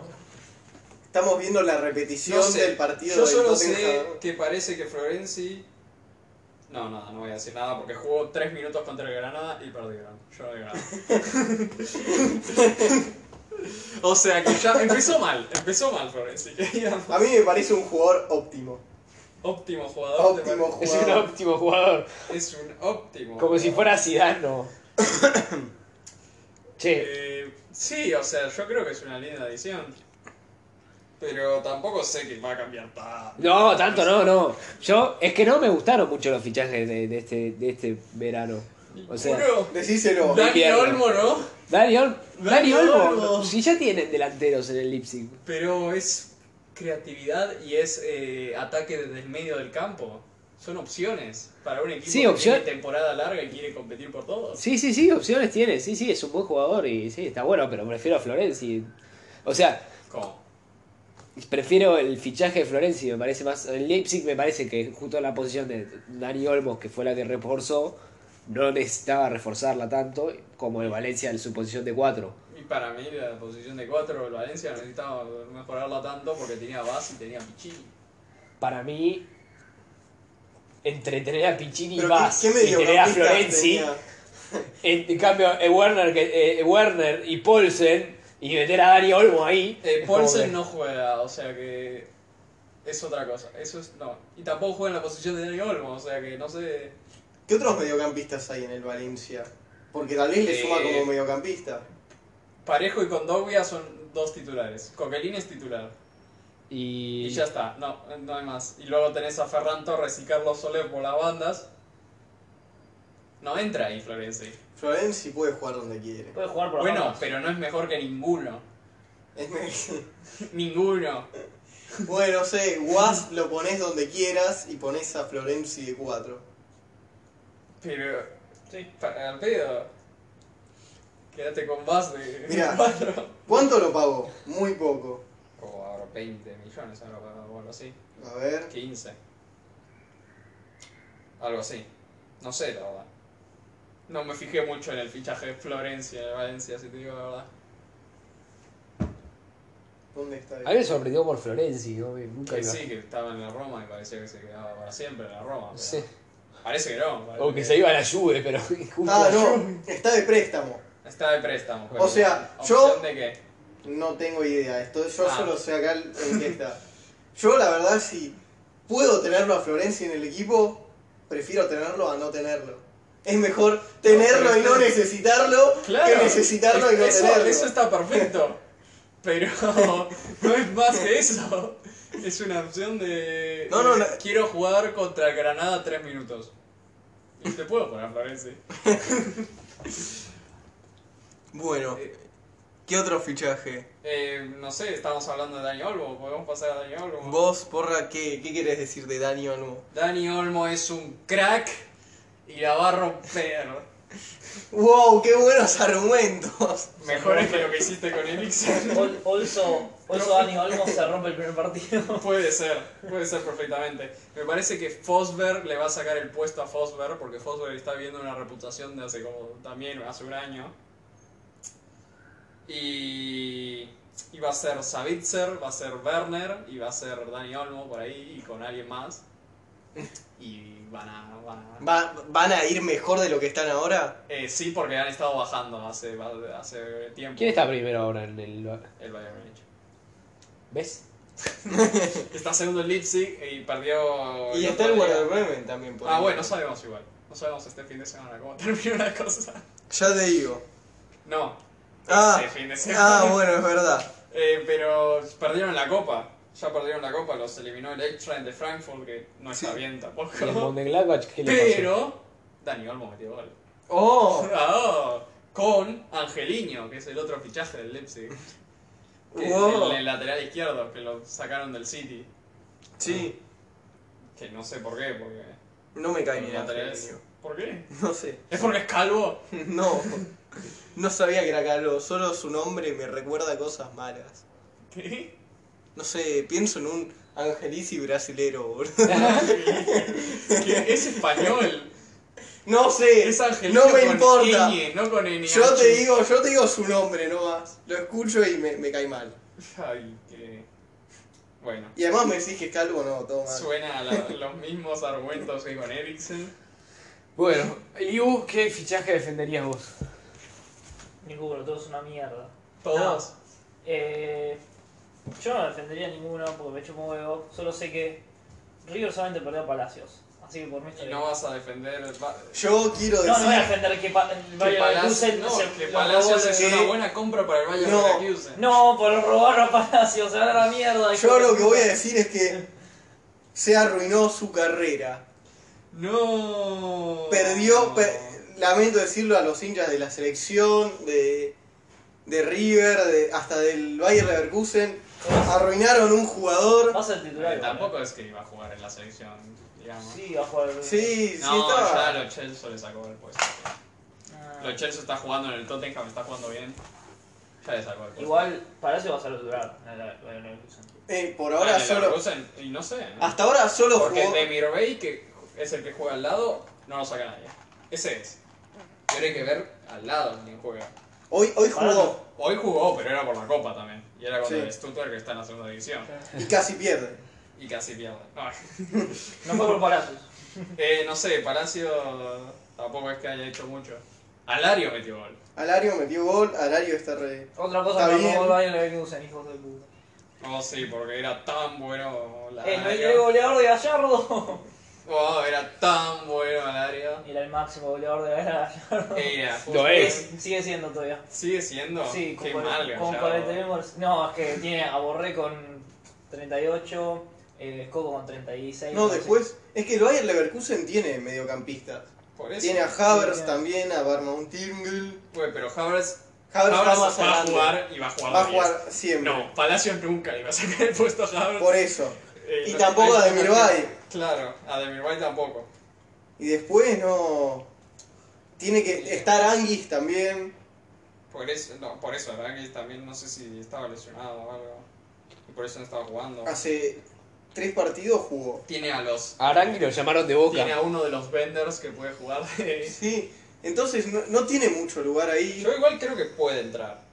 S4: Estamos viendo la repetición
S2: No sé,
S4: del partido
S2: Yo
S4: del
S2: solo sé
S4: Tottenham.
S2: que parece que Florenzi. No, nada, no voy a decir nada Ah, porque jugó 3 minutos contra el Granada y perdieron. Yo no digo nada. o sea que ya empezó mal, empezó mal Florenzi. que digamos.
S4: A mí me parece un jugador óptimo.
S2: Óptimo jugador. ¿te
S4: Óptimo
S1: Es un
S4: jugador.
S1: óptimo jugador.
S2: parece? Es un óptimo.
S1: Como si
S2: jugador.
S1: fuera Zidane. no. che,
S2: Eh, sí, o sea, yo creo que es una linda adición. Pero tampoco sé que va a cambiar tanto.
S1: No, tanto no, no. Yo, es que no me gustaron mucho los fichajes de, de este, de este verano. O sea,
S2: Uno,
S4: Decíselo.
S2: Dani
S1: pierdo.
S2: Olmo, ¿no?
S1: Dani, Ol- Dani
S2: Dani
S1: Olmo.
S2: Olmo.
S1: Si ya tienen delanteros en el Leipzig.
S2: Pero es creatividad y es eh, ataque desde el medio del campo. Son opciones para un equipo
S1: Sí,
S2: que
S1: opción-
S2: tiene temporada larga y quiere competir por todos.
S1: Sí, sí, sí, opciones tiene. Sí, sí, es un buen jugador y sí, está bueno, pero prefiero a Florenzi. O sea,
S2: ¿Cómo?
S1: prefiero el fichaje de Florenzi, me parece más. El Leipzig me parece que justo en la posición de Dani Olmo, que fue la que reforzó, no necesitaba reforzarla tanto como el Valencia en su posición de 4.
S2: Y para mí la posición de 4 del Valencia necesitaba mejorarla tanto porque tenía Bas y tenía Pichini.
S1: para mí, entretener a Pichini y
S4: Pero
S1: Vaz
S4: ¿qué, qué
S1: y tener a
S4: mediocampista
S1: Florenzi,
S4: tenía?
S1: en, en cambio, eh, Werner, que- eh, Werner y Paulsen y meter a Dani Olmo ahí.
S2: Eh,
S1: es como
S2: Paulsen
S1: que-
S2: no juega, o sea que es otra cosa. Eso es no. Y tampoco juega en la posición de Dani Olmo, o sea que no sé.
S4: ¿Qué otros mediocampistas hay en el Valencia? Porque tal vez le suma
S2: Eh.
S4: como mediocampista.
S2: Parejo y Condovia son dos titulares. Coquelin es titular.
S1: Y,
S2: Y ya está, no, no hay más. Y luego tenés a Ferran Torres y Carlos Soler por las bandas. No entra ahí Florenzi.
S4: Florenzi puede jugar donde quiere.
S3: Puede jugar por
S2: Bueno,
S3: abajo.
S2: pero no es mejor que ninguno.
S4: Es me-
S2: Ninguno.
S4: Bueno, no sé, Guas lo pones donde quieras y pones a Florenzi de 4.
S2: Pero.
S3: Sí.
S2: pa- Al pedo. Quédate con más de
S4: Mirá.
S2: cuatro.
S4: ¿Cuánto lo pagó? Muy poco.
S2: O Oh, ahora 20 millones, ahora o algo así.
S4: A ver.
S2: 15. Algo así. No sé, la verdad. No me fijé mucho en el fichaje de Florencia de Valencia, si te digo la verdad.
S4: ¿Dónde está?
S1: A mí me sorprendió por Florenzi, ¿no? nunca
S2: Que
S1: iba.
S2: sí, que estaba en la Roma y parecía que se quedaba para siempre en la Roma. pero
S1: Sí.
S2: Parece que no. parece
S1: O que se iba a la Juve, pero justo
S4: Ah,
S1: a Juve.
S4: no. Está de préstamo.
S2: Está de préstamo.
S4: O sea, yo-
S2: ¿Opción de qué?
S4: No tengo idea. Esto, yo
S2: Ah.
S4: solo sé acá el- en qué está. Yo, la verdad, si puedo tenerlo a Florencia en el equipo, prefiero tenerlo a no tenerlo. Es mejor tenerlo y no necesitarlo que necesitarlo y no
S2: eso,
S4: tenerlo.
S2: eso está perfecto. Pero no es más que eso. Es una opción de.
S4: No, no, no.
S2: Quiero jugar contra Granada tres minutos. Y te puedo poner Florencia.
S4: Bueno, ¿qué otro fichaje?
S2: Eh, no sé, estamos hablando de Dani Olmo. Podemos pasar a Dani Olmo.
S4: Vos, porra, ¿qué, qué querés decir de Dani Olmo?
S2: Dani Olmo es un crack y la va a romper.
S4: ¡Wow! ¡Qué buenos argumentos!
S2: Mejor es que lo que hiciste con Elixir.
S3: Ol- Olso, Olso Dani Olmo se rompe el primer partido.
S2: Puede ser, puede ser perfectamente. Me parece que Fosberg le va a sacar el puesto a Fosberg porque Fosberg está viendo una reputación de hace como también hace un año. Y, y va a ser Savitzer, va a ser Werner y va a ser Dani Olmo por ahí y con alguien más. Y van a... Van a
S4: Va- ¿Van a ir mejor de lo que están ahora?
S2: Eh, sí, porque han estado bajando hace, hace tiempo.
S1: ¿Quién está primero ahora en el.
S2: El Bayern Múnich.
S1: ¿Ves?
S2: Está segundo el Leipzig y perdió...
S4: Y
S2: el
S4: está
S2: otro
S4: el
S2: día.
S4: Werder Bremen también. por
S2: Ah,
S4: ahí.
S2: bueno, sabemos igual. No sabemos este fin de semana cómo termina la cosa.
S4: Ya te digo.
S2: No.
S4: Ah,
S2: Este fin de semana.
S4: ah, bueno, es verdad.
S2: Eh, pero perdieron la copa. Ya perdieron la copa, los eliminó el Eintracht de Frankfurt, que no está
S4: Sí.
S2: bien tampoco.
S1: ¿Y el Mönchengladbach qué le pasó?
S2: Pero Dani Olmo metió gol.
S4: ¡Oh!
S2: Ah, con Angeliño, que es el otro fichaje del Leipzig. Que es
S4: Wow.
S2: el, el lateral izquierdo, que lo sacaron del City.
S4: Sí,
S2: Que no sé por qué, porque...
S4: no me cae
S2: los
S4: bien
S2: laterales-
S4: Angelino.
S2: ¿Por qué?
S4: No sé.
S2: ¿Es porque es calvo?
S4: No. No sabía que era calvo. Solo su nombre me recuerda a cosas malas.
S2: ¿Qué?
S4: No sé, pienso en un Angelici brasilero, boludo.
S2: Que es español.
S4: No sé.
S2: Es Angelino
S4: no me
S2: con
S4: importa.
S2: ñ, no con N.
S4: Yo te digo, yo te digo su nombre nomás. Lo escucho y me, me cae mal.
S2: Ay, que. Bueno.
S4: Y además me decís que es calvo, no, todo mal.
S2: Suena a la- los mismos argumentos que con Eriksen.
S1: Bueno, ¿y vos qué fichaje defenderías vos?
S3: Ninguno, todos una mierda.
S2: Todos.
S3: Eh, yo no defendería ninguno porque me chupo un huevo. Solo sé que River solamente perdió a Palacios. Así que por mí está
S2: Y
S3: bien.
S2: no vas a defender. el ba-
S4: Yo quiero
S3: No, no voy a
S4: decir.
S3: defender que, pa el
S2: Que
S3: Bayern
S2: Palacios,
S3: Leverkusen
S2: no,
S3: se-
S2: que
S3: lo
S2: Palacios
S3: robó
S2: es
S4: de-
S2: una buena compra para el Bayern
S4: No.
S2: Leverkusen.
S3: No, por robar a Palacios, se van a la mierda.
S4: Yo lo que voy a decir es que se arruinó su carrera.
S2: No.
S4: Perdió, per- lamento decirlo, a los hinchas de la selección, de, de River, de- hasta del Bayer Leverkusen. Arruinaron un jugador.
S3: Va a ser titular.
S2: Porque
S3: igual,
S2: Tampoco es que iba a jugar en la selección,
S3: eh.
S2: digamos.
S3: Sí, va a jugar.
S4: Sí, sí,
S2: no,
S4: estaba.
S2: ya lo Chelsea le sacó el puesto.
S3: Ah.
S2: Lo Chelsea está jugando en el Tottenham, está jugando bien. Ya le sacó el puesto.
S3: Igual, Palacios va a ser titular. en el Bayern Leverkusen.
S4: Eh, por
S2: Ah,
S4: ahora
S2: el
S4: solo.
S2: Leverkusen, Y no sé. ¿no?
S4: Hasta ahora solo
S2: Porque
S4: jugó.
S2: Demirbey, que es el que juega al lado, no lo saca nadie. Ese es. Pero hay que ver al lado quién juega.
S4: Hoy, hoy jugó
S2: Hoy jugó, pero era por la Copa también. Y era contra
S4: Sí.
S2: el Stuttgart, que está en la segunda división.
S4: y casi pierde.
S2: Y casi pierde. No,
S3: No fue por Palacios.
S2: eh, no sé, Palacio tampoco es que haya hecho mucho. Alario metió gol.
S4: Alario metió gol, Alario está re.
S3: Otra
S4: Está
S3: cosa que
S4: bien.
S3: no el Bayern Leverkusen, hijos de puta.
S2: Oh, sí, porque era tan bueno
S4: Eh,
S3: El
S2: Alario.
S3: medio goleador de Gallardo.
S2: Oh, era tan bueno Alario.
S3: Era el máximo goleador de Gallardo.
S2: Era
S1: Lo es.
S3: Sigue siendo todavía.
S2: Sigue siendo.
S3: Sí,
S2: Oh, Qué
S3: con,
S2: mal,
S3: con
S2: Gallardo.
S3: 41 goles. No, es que tiene a Borré con 38, eh, Escoco con 36.
S4: No,
S3: sé.
S4: después. Es que el Bayer Leverkusen tiene mediocampistas.
S2: Por eso.
S4: Tiene a Havers
S3: Sí,
S4: también, a Barmountingl.
S2: Pues, pero Havers
S4: Havers
S2: Ahora
S4: está más
S2: va a
S4: adelante.
S2: jugar y va a jugar.
S4: Va a
S2: de
S4: jugar
S2: diez.
S4: siempre.
S2: No, Palacios nunca le va a sacar el puesto a Havertz.
S4: Por eso.
S2: Eh,
S4: Y
S2: no-
S4: tampoco a
S2: hay-
S4: Demirbay.
S2: Claro, a Demirbay tampoco.
S4: Y después no. Tiene que estar Anguis también.
S5: Por eso, no, por eso, ¿verdad? Que también no sé si estaba lesionado o algo. Y por eso no estaba jugando.
S4: Ah, Hace tres partidos jugó.
S2: Tiene a los.
S1: A Arangui lo llamaron de boca.
S2: Tiene a uno de los vendors que puede jugar de.
S4: Sí, entonces no, no tiene mucho lugar ahí.
S5: Yo igual creo que puede entrar.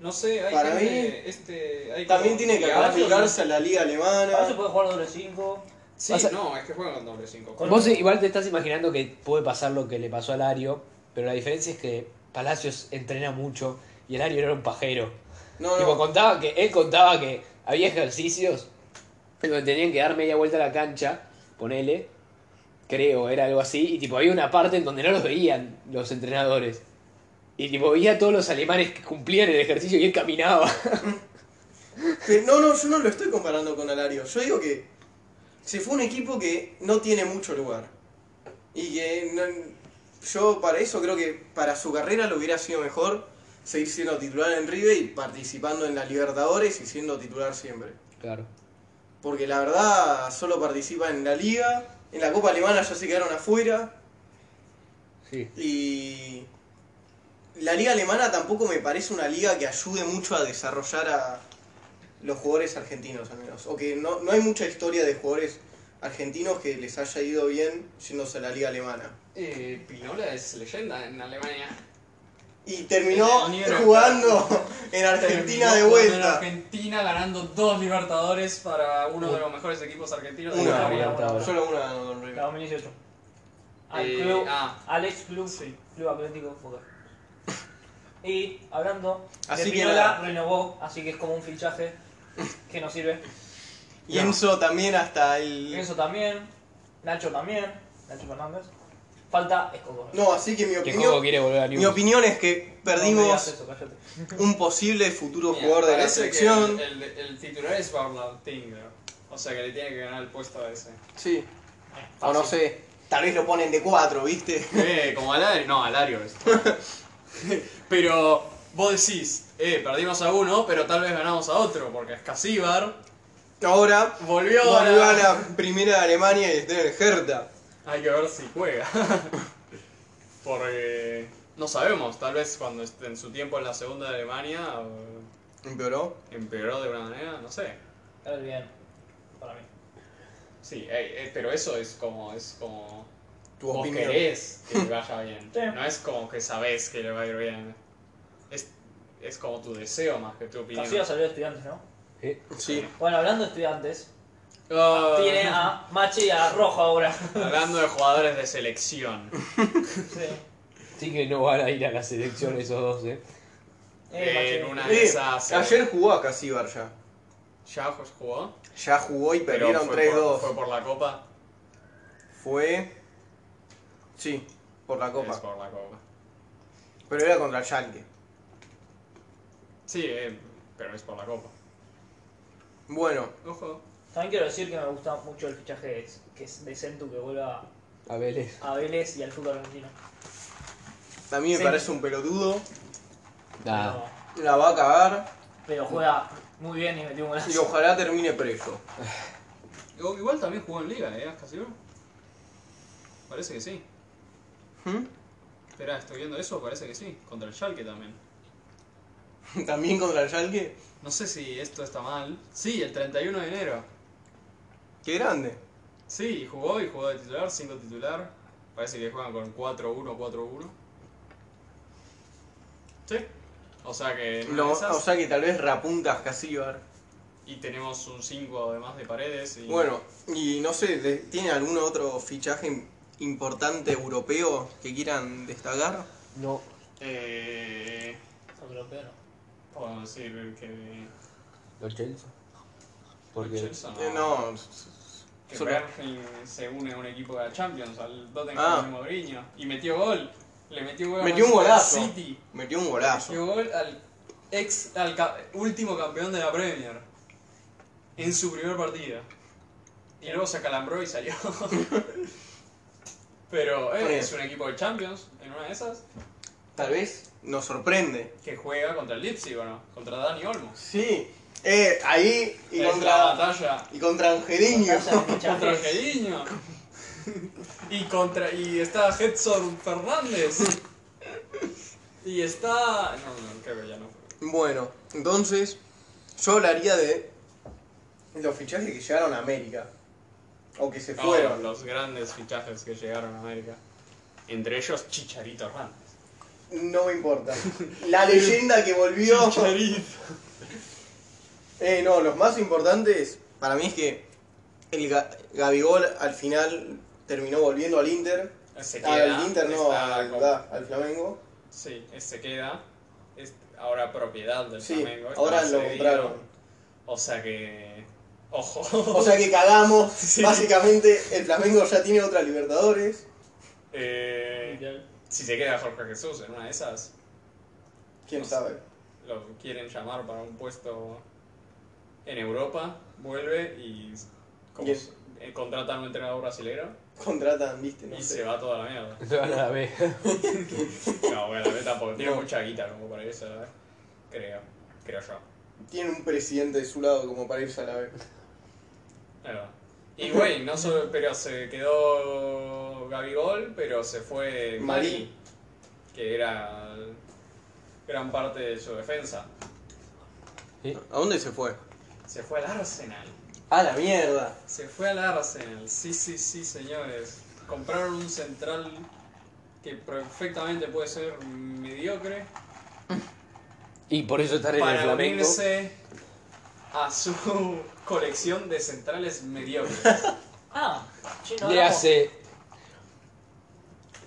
S5: No sé, hay
S4: Para
S5: gente-
S4: mí,
S5: este, hay
S4: También
S5: como-
S4: tiene que
S5: Gabacho,
S4: aplicarse a la liga
S3: Para eso
S4: alemana.
S3: puede jugar doble 5.
S5: Sí,
S1: Vas a-
S5: no, es que juega con doble 5.
S3: Con-
S1: Vos igual te estás imaginando que puede pasar lo que le pasó a Lario, pero la diferencia es que Palacios entrena mucho y Lario era un pajero.
S4: No,
S1: Tipo,
S4: no.
S1: contaba que, él contaba que había ejercicios en donde tenían que dar media vuelta a la cancha, ponele, creo, era algo así, y tipo había una parte en donde no los veían los entrenadores. Y tipo veía a todos los alemanes que cumplían el ejercicio y él caminaba.
S4: Que- no, no, yo no lo estoy comparando con Alario. Yo digo que se fue un equipo que no tiene mucho lugar. Y que no- yo para eso creo que para su carrera lo hubiera sido mejor seguir siendo titular en River y participando en la Libertadores y siendo titular siempre.
S1: Claro.
S4: Porque la verdad solo participa en la liga, en la Copa Alemana ya se quedaron afuera
S1: Sí.
S4: y la liga alemana tampoco me parece una liga que ayude mucho a desarrollar a los jugadores argentinos al menos. O que no, no hay mucha historia de jugadores argentinos que les haya ido bien yéndose a la liga alemana.
S2: Eh, Pinola es leyenda en Alemania.
S4: Y
S2: En
S4: terminó
S2: el Unión
S4: jugando en Argentina
S2: Terminó
S4: de
S2: jugando En
S4: vuelta.
S2: Argentina ganando dos Libertadores para uno de los mejores equipos argentinos de
S4: Una,
S2: la historia.
S1: una. Argentina.
S4: Solo una ganó con River.
S3: La 2018. Al
S2: Eh,
S3: club.
S2: ah.
S3: Al ex club.
S2: Sí.
S3: Club Atlético Boca. Y hablando.
S4: Así
S3: de
S4: que
S3: Pinola
S4: la-
S3: renovó, así que es como un fichaje que nos sirve.
S4: Y Enzo también hasta el...
S3: Eso también. Nacho también. Nacho Fernández. Falta Escobar.
S4: No, así que mi
S1: Que Coco
S4: opinión,
S1: quiere volver a
S4: mi
S1: Newell's.
S4: opinión es que
S3: No me digas
S4: perdimos
S3: eso, cállate.
S4: un posible futuro
S5: Mira,
S4: jugador de la
S5: parece que
S4: selección.
S5: El, el- el titular es Barlantinga. O sea que le tiene que ganar el puesto a ese.
S4: Sí. O no sé, tal vez lo ponen de cuatro, ¿viste?
S2: Eh, como Alario. No, Alario es. pero vos decís, eh, perdimos a uno, pero tal vez ganamos a otro, porque es Casíbar.
S4: Ahora
S2: Volvió,
S4: volvió
S2: a
S4: a la primera de Alemania y está en el Hertha.
S2: Hay que ver si juega. porque no sabemos, tal vez cuando esté en su tiempo en la segunda de Alemania eh,
S4: ¿Empeoró?
S2: empeoró de una manera, no sé.
S3: A ver, bien. Para mí.
S2: Sí, eh, eh, pero eso es como es como
S4: Tu
S2: vos
S4: opinión.
S2: querés que le vaya bien.
S3: Sí.
S2: No es como que sabés que le va a ir bien. Es, es como tu deseo más que tu opinión.
S3: Casilla salió de estudiantes, ¿no?
S1: Eh,
S4: Sí.
S3: Bueno, hablando de estudiantes.
S2: Ah,
S3: Tiene a Machi y a Rojo ahora.
S2: Hablando de jugadores de selección.
S3: Sí. eh,
S1: Sí que no van a ir a la selección esos dos, eh.
S3: Eh,
S2: en
S3: Machi.
S2: una
S4: Eh,
S2: de esas. eh,
S4: ayer jugó a Casíbar ya.
S2: ya jugó.
S4: Ya jugó y perdieron
S2: fue por,
S4: 3-2.
S2: fue
S4: Fue,
S2: por la copa.
S4: Sí, por la
S2: Es
S4: Copa.
S2: por la copa.
S4: Pero era contra Schalke.
S2: Sí, eh, pero es por la copa.
S4: Bueno,
S2: Ojo.
S3: También quiero decir que me gusta mucho el fichaje de, que es de Centu que vuelva
S1: A Vélez.
S3: a Vélez y al fútbol argentino.
S4: a mí me
S3: Sí.
S4: parece un pelotudo.
S1: Nada.
S4: La va a cagar
S3: Pero, pero juega muy bien y metió un
S4: y
S3: golazo.
S4: ojalá termine preso.
S5: O- Igual también jugó en Liga, ¿eh? Casíbar. Parece que sí.
S4: ¿Mm?
S5: Espera, estoy viendo eso, parece que sí. Contra el Schalke también.
S4: ¿También contra el Schalke?
S5: No sé si esto está mal. Sí, el 31 de enero.
S4: Qué grande.
S5: Sí, jugó y jugó de titular, 5 titular. Parece que juegan con 4-1, 4-1. Sí. O sea que. en una
S4: Lo-
S5: de esas-
S4: o sea que tal vez reapuntas Casíbar.
S5: Y tenemos un 5 además de paredes. Y...
S4: Bueno, y no sé, de- ¿tiene algún otro fichaje im- importante europeo que quieran destacar?
S1: No.
S5: Eh,
S3: Europeo no.
S5: podemos decir que.
S1: Los Chelsea. Porque.
S5: Chelsea,
S4: Eh, no, s- s-
S5: Que
S4: solo-
S5: Bergin se une a un equipo de la Champions, al Tottenham
S4: Ah.
S5: de Mourinho. Y metió gol. Le metió gol a
S4: Metió un
S5: Manchester
S4: golazo.
S5: City.
S4: metió un
S5: Metió
S4: golazo.
S5: gol al ex, al ca- último campeón de la Premier. En su primer partido. Y luego se acalambró y salió. Pero eh,
S4: Bien.
S5: es un equipo de Champions, en una de esas,
S4: Tal vez nos sorprende.
S5: que juega contra el Leipzig, bueno, contra Dani Olmo.
S4: Sí, eh, ahí y
S5: es la
S4: contra,
S5: batalla
S4: y contra Angeliño.
S3: Pasa el
S5: contra
S3: fichaje.
S5: Angelino. y contra y está Edson Fernández. Y está. No, no, creo que ya no.
S4: Bueno, entonces yo hablaría de los fichajes que llegaron a América. O que se
S2: Fueron
S4: fueron.
S2: los grandes fichajes que llegaron a América. Entre ellos Chicharito Hernández.
S4: No me importa. La leyenda que volvió. Eh, no, los más importantes para mí es que el Ga- Gabigol al final terminó volviendo al Inter.
S2: Se queda.
S4: Al Ah, Inter no,
S2: está
S4: al,
S2: con-
S4: da, al Flamengo.
S2: Sí, es- se queda. Es ahora propiedad del
S4: Sí,
S2: Flamengo. está
S4: ahora lo
S2: cedido.
S4: compraron.
S2: O sea que. Ojo.
S4: O sea que cagamos.
S2: Sí.
S4: Básicamente el Flamengo ya tiene otra Libertadores.
S2: Eh, si se queda Jorge Jesús en una de esas,
S4: ¿Quién
S2: No sé.
S4: sabe?
S2: lo quieren llamar para un puesto en Europa, vuelve y. como
S4: Yes.
S2: eh, contratan a un entrenador brasileño
S4: Contratan, viste, no
S2: y
S4: sé.
S2: se va toda la mierda.
S1: No te van a la B.
S2: No, bueno, la meta porque tiene
S4: No.
S2: mucha guita como para irse a la B. Creo, creo yo.
S4: Tiene un presidente de su lado como para irse a la B.
S2: Claro. Y güey, no solo, pero se quedó Gabigol, pero se fue Marí,
S4: Marí.
S2: que era gran parte de su defensa.
S4: ¿A dónde se fue?
S2: Se fue al Arsenal.
S4: A la mierda.
S2: Se fue al Arsenal. Sí, sí, sí, señores. Compraron un central que perfectamente puede ser mediocre
S1: Y por eso estar en el
S2: para
S1: Flamengo.
S2: unirse a su colección de centrales mediocres.
S3: Ah, che, no
S1: Le
S3: hablamos.
S1: hace.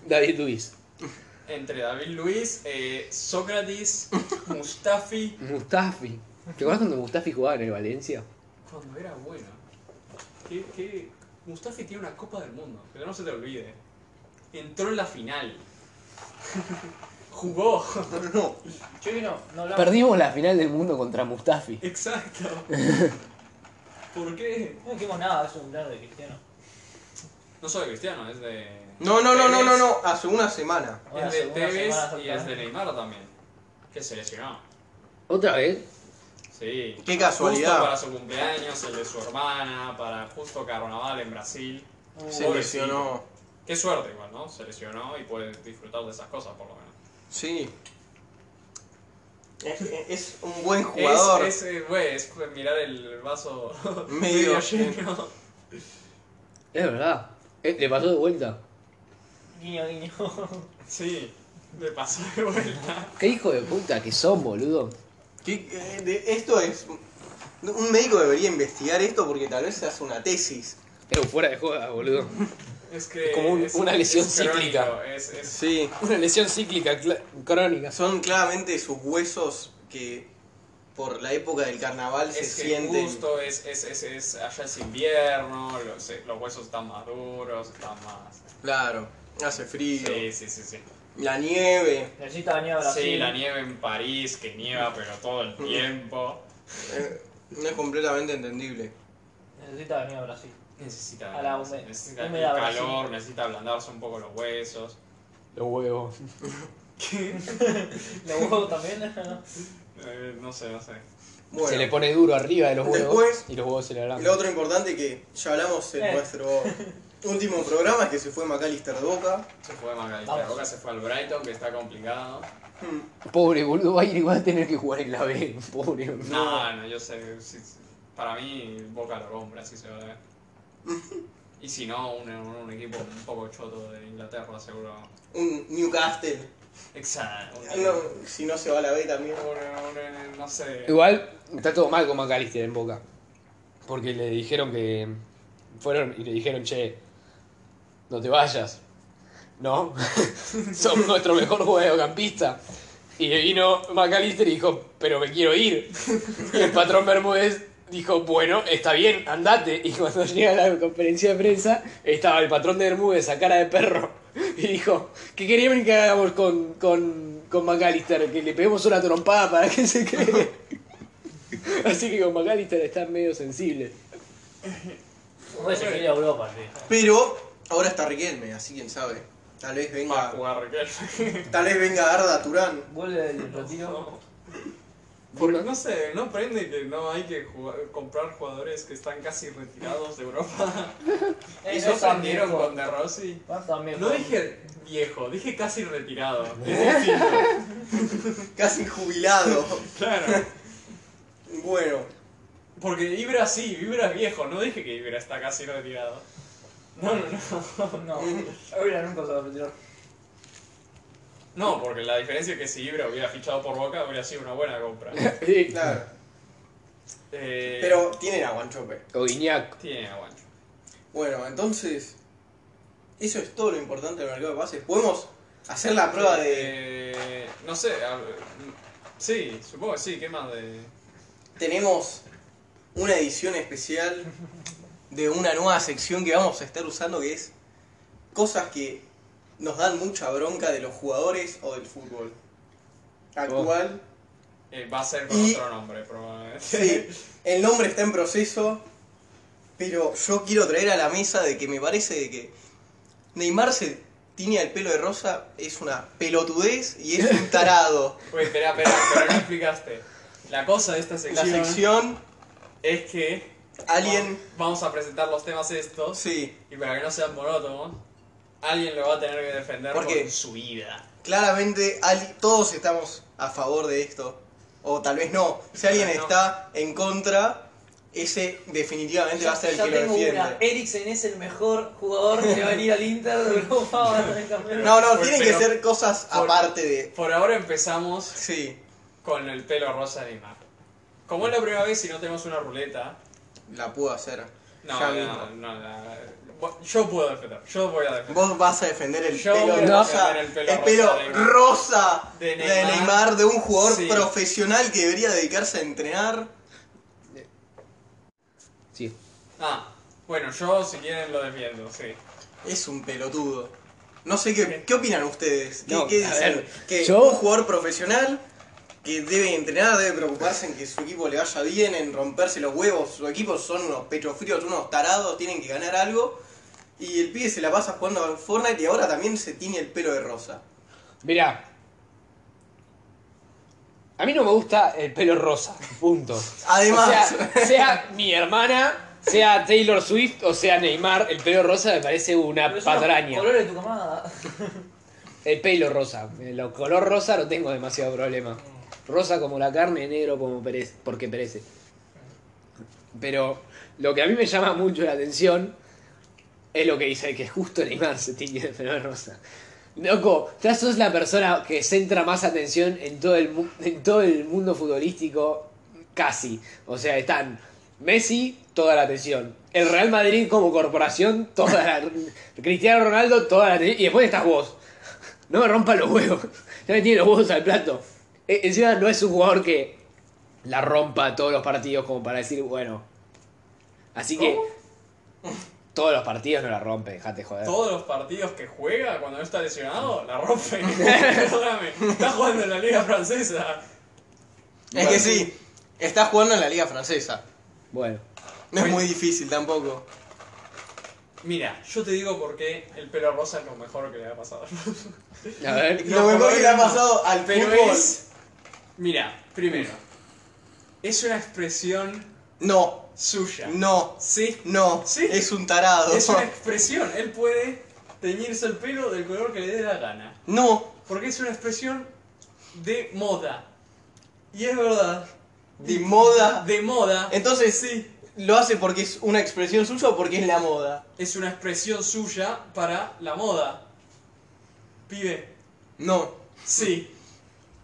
S1: David Luis.
S2: Entre David Luis, eh, Sócrates, Mustafi.
S1: Mustafi. ¿Te acuerdas cuando Mustafi jugaba en el Valencia?
S2: Cuando era bueno. ¿Qué, qué? Mustafi tiene una Copa del Mundo, pero no se te olvide. Entró en la final. Jugó.
S4: No.
S3: Che, que no, no hablamos.
S1: Perdimos la final del mundo contra Mustafi.
S2: Exacto. ¿Por qué?
S3: No dijimos nada, es un plan de Cristiano.
S2: No soy cristiano, es de.
S4: No, no, no, no, no,
S2: Tevez.
S4: no. Hace una semana.
S3: Ahora
S2: Es de
S3: hace una
S2: Tevez
S3: semana
S2: y es de
S3: exactamente.
S2: Neymar también. Que se lesionó.
S1: ¿Otra vez?
S2: Sí.
S4: Qué casualidad.
S2: Justo para su cumpleaños, el de su hermana, para justo carnaval en Brasil.
S4: Se
S2: Pobrecito.
S4: lesionó.
S2: Qué suerte igual, ¿no? Se lesionó y puede disfrutar de esas cosas por lo menos.
S4: Sí. Es, es un buen jugador.
S2: Es, es, eh, güey, es mirar el vaso
S4: Medio
S2: medio lleno.
S1: Es verdad. Eh, Le pasó de vuelta.
S3: Guiño, guiño.
S2: Sí, le pasó de vuelta.
S1: ¿Qué hijo de puta que son, boludo?
S4: ¿Qué- qué- de- esto es. Un médico debería investigar esto porque tal vez se hace una tesis.
S1: Pero fuera de joda, boludo.
S2: Es que.
S1: Es como un-
S2: es-
S1: una lesión
S2: es crónico,
S1: cíclica.
S2: Es, es-
S4: Sí.
S1: Una lesión cíclica cla- crónica.
S4: Son claramente sus huesos que por la época del carnaval
S2: es
S4: se
S2: que
S4: sienten.
S2: justo, es, es, es, es- allá es invierno, los, eh, los huesos están más duros, están más.
S4: Claro. Hace frío.
S2: Sí, sí, sí. sí.
S4: La nieve.
S3: Necesita venir a Brasil.
S2: Sí, la nieve en París, que nieva, pero todo el tiempo.
S4: eh, no es completamente entendible.
S3: Necesita venir a Brasil.
S2: Necesita,
S3: A la hume-
S2: necesita
S3: húmeda
S2: calor,
S3: Brasil.
S2: necesita ablandarse un poco los huesos.
S1: Los huevos.
S3: ¿Los huevos también? ¿no?
S2: Eh, no sé, no sé.
S4: Bueno,
S1: Se le pone duro arriba de los huevos.
S4: Después-
S1: y los huevos se le
S4: lo
S1: abran.
S4: otro importante que ya hablamos en
S3: Eh.
S4: nuestro último programa es que se fue McAllister de Boca.
S2: Se fue Magalita
S3: Vamos.
S2: Roca, se fue al Brighton, que está complicado.
S1: Pobre boludo, va a ir y va a tener que jugar en la B. Pobre.
S2: No, no, yo sé. si- si- para mí, Boca lo compra, así se va a ver. Y si no, un, un- un equipo un poco choto de Inglaterra, seguro.
S4: Un Newcastle.
S2: Exacto. Un,
S4: No, si no se va a la B también.
S2: un- un- no sé.
S1: Igual está todo mal con McAllister en Boca. Porque le dijeron que. Fueron y le dijeron, che, no te vayas. No, son nuestro mejor mediocampista. Y vino McAllister y dijo, pero me quiero ir. Y el patrón Bermúdez dijo, bueno, está bien, andate. Y cuando llega la conferencia de prensa, estaba el patrón de Bermúdez a cara de perro. Y dijo, ¿qué querían que hagamos con, con, con McAllister? Que le peguemos una trompada para que se quede. Así que con McAllister están medio sensibles.
S3: Oye, se quiere ir a Europa, sí.
S4: Pero ahora está Riquelme, así quién sabe. Tal vez
S2: Va a
S4: venga.
S2: jugar Riquelme.
S4: Tal vez venga Arda Turán.
S3: Vuelve del retiro.
S2: Porque no sé, no aprende que no hay que jugar- comprar jugadores que están casi retirados de Europa.
S3: Eh,
S2: Eso
S3: no es tan
S2: aprendieron
S3: viejo.
S2: con De Rossi.
S3: No es tan viejo.
S2: No dije viejo, dije casi retirado. Es distinto.
S4: Casi jubilado.
S5: Claro.
S4: Bueno,
S5: Porque Ibra sí, Ibra es viejo. No dije que Ibra está casi retirado. No, no, no.
S3: No, Oira nunca se va a retirar.
S5: No, porque la diferencia es que si Ibra hubiera fichado por Boca, hubiera sido una buena compra.
S1: Sí.
S4: claro.
S5: Eh,
S4: Pero tienen a Guanchope.
S1: O Guiñac.
S5: Tiene aguancho.
S4: Bueno, entonces. Eso es todo lo importante del mercado de pases. Podemos hacer la prueba de.
S5: Eh, no sé. a- Sí, supongo que sí. ¿Qué más de...?
S4: Tenemos una edición especial de una nueva sección que vamos a estar usando que es cosas que nos dan mucha bronca de los jugadores o del fútbol. Actual.
S5: Eh, va a ser con
S4: Y-
S5: otro nombre, probablemente.
S4: Sí, el nombre está en proceso, pero yo quiero traer a la mesa de que me parece de que Neymar se tiñe el pelo de rosa, es una pelotudez y es un tarado.
S5: Uy, espera, espera, pero no explicaste. La cosa de esta
S4: La
S5: sección,
S4: sección,
S5: es que
S4: alguien,
S5: vamos a presentar los temas estos
S4: sí,
S5: y para que no sean monótonos, alguien lo va a tener que defender
S4: ¿Por qué?
S5: con su vida.
S4: claramente ali- todos estamos a favor de esto, o tal vez no, si alguien
S5: Tal vez no.
S4: está en contra, ese definitivamente va a ser el
S3: Ya
S4: que lo
S3: tengo una.
S4: defiende.
S3: Eriksen es el mejor jugador que va a venir al Inter de Europa. va a ganar el campeonato.
S4: No, no,
S5: Por-
S4: tienen que
S5: pero-
S4: ser cosas
S5: por-
S4: aparte de...
S5: Por ahora empezamos
S4: Sí,
S5: con el pelo rosa de Neymar. Como es la primera vez y no tenemos una ruleta,
S4: la puedo hacer.
S5: no,
S4: ya
S5: no,
S4: mismo.
S5: no, la- bueno, yo puedo defender, yo voy a defender.
S4: Vos vas a defender el
S5: Yo
S4: pelo
S5: voy a
S4: rosa,
S5: defender el pelo rosa de Neymar.
S4: rosa
S5: De
S4: de Neymar.
S5: Neymar.
S4: de un jugador
S5: Sí.
S4: profesional que debería dedicarse a entrenar.
S1: Sí.
S5: Ah, bueno, yo si quieren lo defiendo, sí.
S4: Eh. Es un pelotudo. No sé qué, qué opinan ustedes. ¿Qué,
S1: No,
S4: qué
S1: a
S4: dicen?
S1: ver,
S4: que
S1: yo-
S4: un jugador profesional que debe entrenar, debe preocuparse en que su equipo le vaya bien, en romperse los huevos. Su equipo son unos pechofríos, unos tarados, tienen que ganar algo. Y el pibe se la pasa jugando al Fortnite y ahora también se tiene el pelo de rosa.
S1: Mirá. A mí no me gusta el pelo rosa. Punto.
S4: Además,
S1: O sea, sea mi hermana, sea Taylor Swift o sea Neymar, el pelo rosa me parece una
S3: Pero son los
S1: patraña.
S3: Colores de tu camada.
S1: El pelo rosa. El color rosa no tengo demasiado problema. Rosa como la carne, negro como perece, porque perece. Pero lo que a mí me llama mucho la atención es lo que dice que justo Neymar se tiñe de pelo rosa. Loco, ya sos la persona que centra más atención en todo el, mu- en todo el mundo futbolístico, casi. O sea, están Messi, toda la atención. El Real Madrid como corporación, toda la... Cristiano Ronaldo, toda la atención. Y después estás vos. No me rompa los huevos. Ya me tiene los huevos al plato. E- encima no es un jugador que la rompa todos los partidos como para decir, bueno. Así que. Todos los partidos no la rompe, dejate joder.
S5: Todos los partidos que juega cuando no está lesionado, la rompe. Perdóname, está jugando en la liga francesa.
S4: es que sí, está jugando en la liga francesa.
S1: Bueno.
S4: No es muy difícil tampoco.
S5: Mira, yo te digo por qué el pelo rosa es lo mejor que le ha pasado.
S1: A ver.
S5: No,
S4: lo mejor que le ha
S5: no.
S4: pasado al
S5: Pero
S4: fútbol.
S5: es. Mira, primero. Es una expresión
S4: No,
S5: suya.
S4: no,
S5: Sí.
S4: no.
S5: Sí.
S4: Es un tarado.
S5: Es una expresión. Él puede teñirse el pelo del color que le dé la gana.
S4: No,
S5: Porque es una expresión de moda. Y es verdad.
S4: de moda.
S5: De moda.
S4: Entonces,
S5: sí.
S4: ¿lo hace porque es una expresión suya o porque es la moda?
S5: Es una expresión suya para la moda. Pibe.
S4: No.
S5: Sí.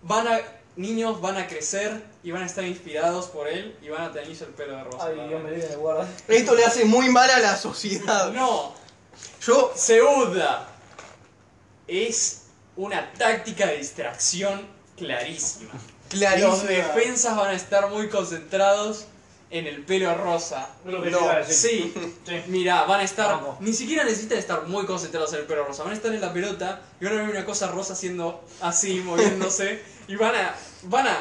S5: Van a. Niños van a crecer y van a estar inspirados por él y van a teñirse el pelo de rosa.
S3: Ay, Dios me libre de guarda.
S4: Esto le hace muy mal a la sociedad.
S5: No,
S4: Yo,
S5: Ceuda es una táctica de distracción clarísima.
S4: clarísimo.
S5: Los defensas van a estar muy concentrados en el pelo rosa.
S3: Es lo que
S4: No,
S3: te iba a decir.
S5: Sí,
S3: Sí.
S5: mira, van a estar.
S3: Vamos.
S5: Ni siquiera necesitan estar muy concentrados en el pelo rosa. Van a estar en la pelota y van a ver una cosa rosa haciendo así, moviéndose. y van a. Van a.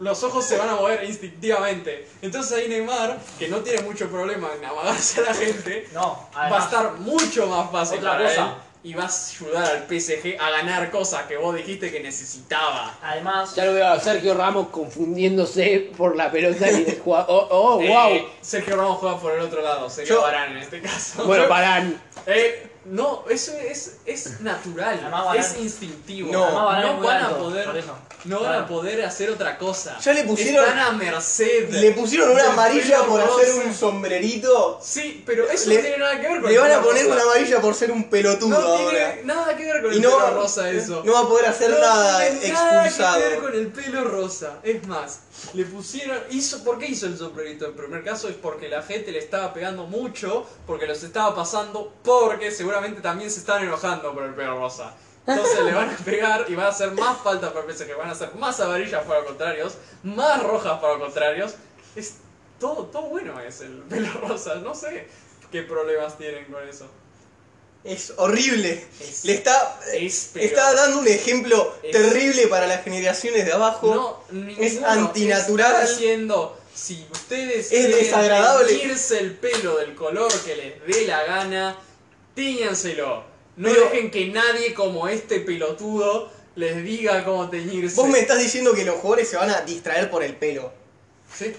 S5: Los ojos se van a mover instintivamente. Entonces ahí Neymar, que no tiene mucho problema en amagarse a la gente,
S3: No,
S5: va a
S3: además.
S5: estar mucho más fácil
S3: Otra
S5: para
S3: cosa.
S5: él y vas a ayudar al PSG a ganar cosas que vos dijiste que necesitaba.
S3: Además,
S1: Ya lo veo a Sergio Ramos confundiéndose por la pelota y el jugador. Oh, oh, wow.
S5: Eh, Sergio Ramos juega por el otro lado, sería
S4: Yo-
S5: Varane en este caso.
S1: Bueno, parán.
S5: Eh, No, eso es, es natural,
S3: Además, Barán-
S5: es instintivo.
S4: No,
S3: Además, Barán es
S5: no
S3: muy
S5: van a
S3: alto,
S5: poder-
S3: Por eso.
S5: No van
S3: Claro.
S5: a poder hacer otra cosa.
S4: Ya le pusieron-
S5: Están a merced.
S4: Le pusieron
S5: del
S4: una amarilla
S5: pelo
S4: por
S5: rosa.
S4: hacer un sombrerito.
S5: Sí, pero eso
S4: Le-
S5: no tiene nada que ver con
S4: Le
S5: el
S4: van a
S5: pelo
S4: poner
S5: rosa.
S4: una amarilla por ser un pelotudo
S5: No
S4: ahora.
S5: tiene nada que ver con
S4: Y
S5: el
S4: no,
S5: pelo rosa eso.
S4: no va a poder hacer
S5: No
S4: nada
S5: tiene nada
S4: expulsado.
S5: que ver con el pelo rosa. Es más, le pusieron. Hizo, ¿Por qué hizo el sombrerito? En primer caso es porque la gente le estaba pegando mucho, porque los estaba pasando, porque seguramente también se estaban enojando por el pelo rosa. Entonces le van a pegar y van a hacer más falta para el PSG, van a hacer más amarillas para los contrarios, más rojas para los contrarios. Es todo, todo bueno es el pelo rosa, no sé qué problemas tienen con eso.
S4: Es horrible.
S5: Es-
S4: Le está,
S5: Es pero-
S4: está dando un ejemplo
S5: Es-
S4: terrible para las generaciones de abajo.
S5: No, ninguno
S4: Es antinatural.
S5: Está diciendo, si ustedes
S4: Es desagradable.
S5: teñirse el pelo del color que les dé la gana, tíñanselo. No
S4: Pero-
S5: dejen que nadie como este pelotudo les diga cómo teñirse.
S4: Vos me estás diciendo que los jugadores se van a distraer por el pelo.
S5: Sí,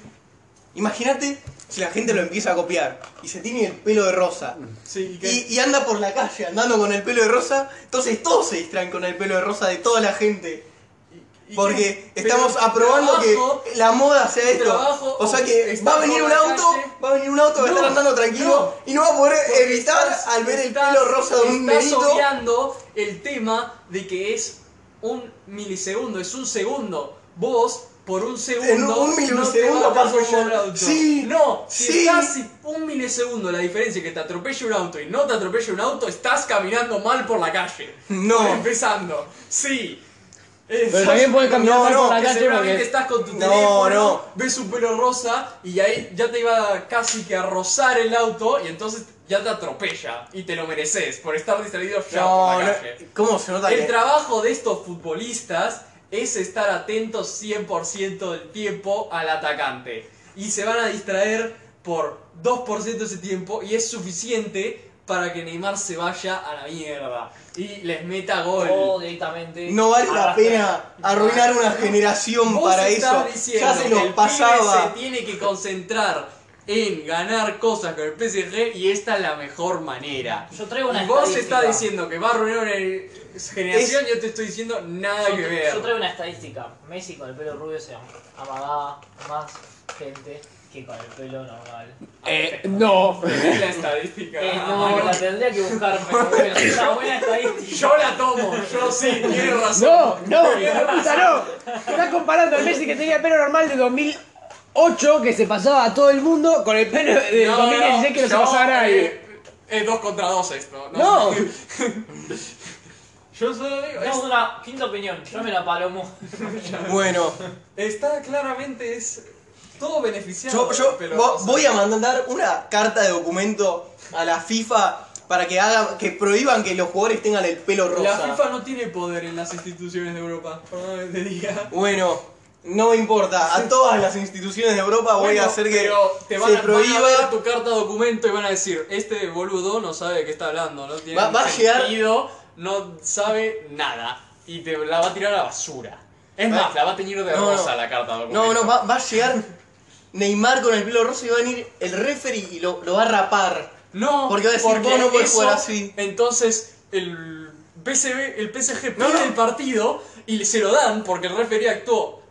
S4: Imagínate si la gente lo empieza a copiar y se tiene el pelo de rosa.
S5: sí, ¿y qué?
S4: Y, y anda por la calle andando con el pelo de rosa, entonces todos se distraen con el pelo de rosa de toda la gente.
S5: ¿Y
S4: Porque
S5: qué?
S4: estamos
S5: Pero
S4: aprobando
S5: trabajo-
S4: que la moda sea esto.
S5: trabajo
S4: o sea que
S5: está
S4: va a venir
S5: por
S4: un
S5: la
S4: auto,
S5: calle.
S4: va a venir un auto, va a
S5: No,
S4: estar andando tranquilo y no va a poder
S5: Porque
S4: evitar
S5: estás-
S4: al ver el
S5: estás-
S4: pelo rosa de un
S5: Estás
S4: nenito.
S5: obviando el tema de que es un milisegundo, es un segundo. Vos, por un segundo.
S4: En un milisegundo
S5: no te va a
S4: paso
S5: atropellar
S4: yo.
S5: un auto.
S4: Sí,
S5: No, si
S4: sí.
S5: estás si un milisegundo, la diferencia que te atropelle un auto y no te atropelle un auto, estás caminando mal por la calle.
S4: No,
S5: Empezando. Sí.
S1: Pero también puedes caminar
S4: No,
S1: mal
S4: no,
S1: por la
S5: Que
S1: calle
S5: seguramente
S1: porque.
S5: estás con tu
S4: No,
S5: teléfono,
S4: no.
S5: ves un pelo rosa y ahí ya te iba casi que a rozar el auto y entonces ya te atropella y te lo mereces por estar distraído ya
S4: no,
S5: por
S4: no.
S5: la calle.
S4: ¿Cómo se nota
S5: El
S4: que
S5: trabajo de estos futbolistas es estar atentos 100% del tiempo al atacante y se van a distraer por 2% de ese tiempo y es suficiente para que Neymar se vaya a la mierda y les meta gol.
S3: O Oh, directamente.
S4: no vale la
S3: arrastra.
S4: pena arruinar una generación
S5: Vos
S4: para
S5: estás
S4: eso?
S5: diciendo
S4: Ya se
S5: que
S4: los
S5: el
S4: pasaba.
S5: pibe se tiene que concentrar en ganar cosas con el PSG y esta es la mejor manera.
S3: Yo traigo una
S5: Y vos
S3: estadística.
S5: estás diciendo que va a arruinar una generación, yo te estoy diciendo nada
S3: Yo,
S5: que ver.
S3: yo traigo una estadística. Messi con el pelo rubio se amagaba más gente que con el pelo normal.
S1: Eh, no.
S5: Es la estadística. Ah,
S3: Eh, no, la tendría que buscar, pero bueno, es una buena estadística.
S5: Yo la tomo, yo sí, tienes razón.
S1: No, no, hijo de puta, no. Estás comparando al Messi que tenía el pelo normal de 2008 que se pasaba a todo el mundo con el pelo
S3: eh,
S1: de
S5: No,
S1: 2016 que no se
S5: yo,
S1: pasaba a nadie.
S5: eh, Es dos contra dos esto.
S1: No.
S5: Yo solo digo, es-
S3: Tenemos una quinta opinión. Yo me la palomo.
S4: Bueno,
S5: Está claramente es todo beneficiado.
S4: Yo, yo
S5: pero,
S4: vo-
S5: o sea,
S4: voy a mandar una carta de documento a la FIFA para que haga, que prohíban que los jugadores tengan el pelo
S5: La
S4: rosa.
S5: FIFA no tiene poder en las instituciones de Europa, perdóname que te diga.
S4: Bueno, no me importa. A todas las instituciones de Europa Ah, voy
S5: Bueno,
S4: a hacer que
S5: pero te van,
S4: se
S5: a,
S4: prohíba.
S5: van a dar tu carta de documento y van a decir, este boludo no sabe de qué está hablando, no tiene
S4: Va- va a llegar-
S5: sentido, no sabe nada y te la va a tirar a la basura. Es
S4: Va-
S5: más, la va a teñir de
S4: No,
S5: rosa
S4: no.
S5: la carta de
S4: No,
S5: documento.
S4: no, va, va a llegar Neymar con el pelo rosa y va a venir el referee y lo, lo va a rapar.
S5: No,
S4: Porque va a decir, vos no podés
S5: eso-
S4: jugar así.
S5: Entonces, el PSV, el PSG pide
S4: No, no.
S5: el partido y se lo dan porque el referee actuó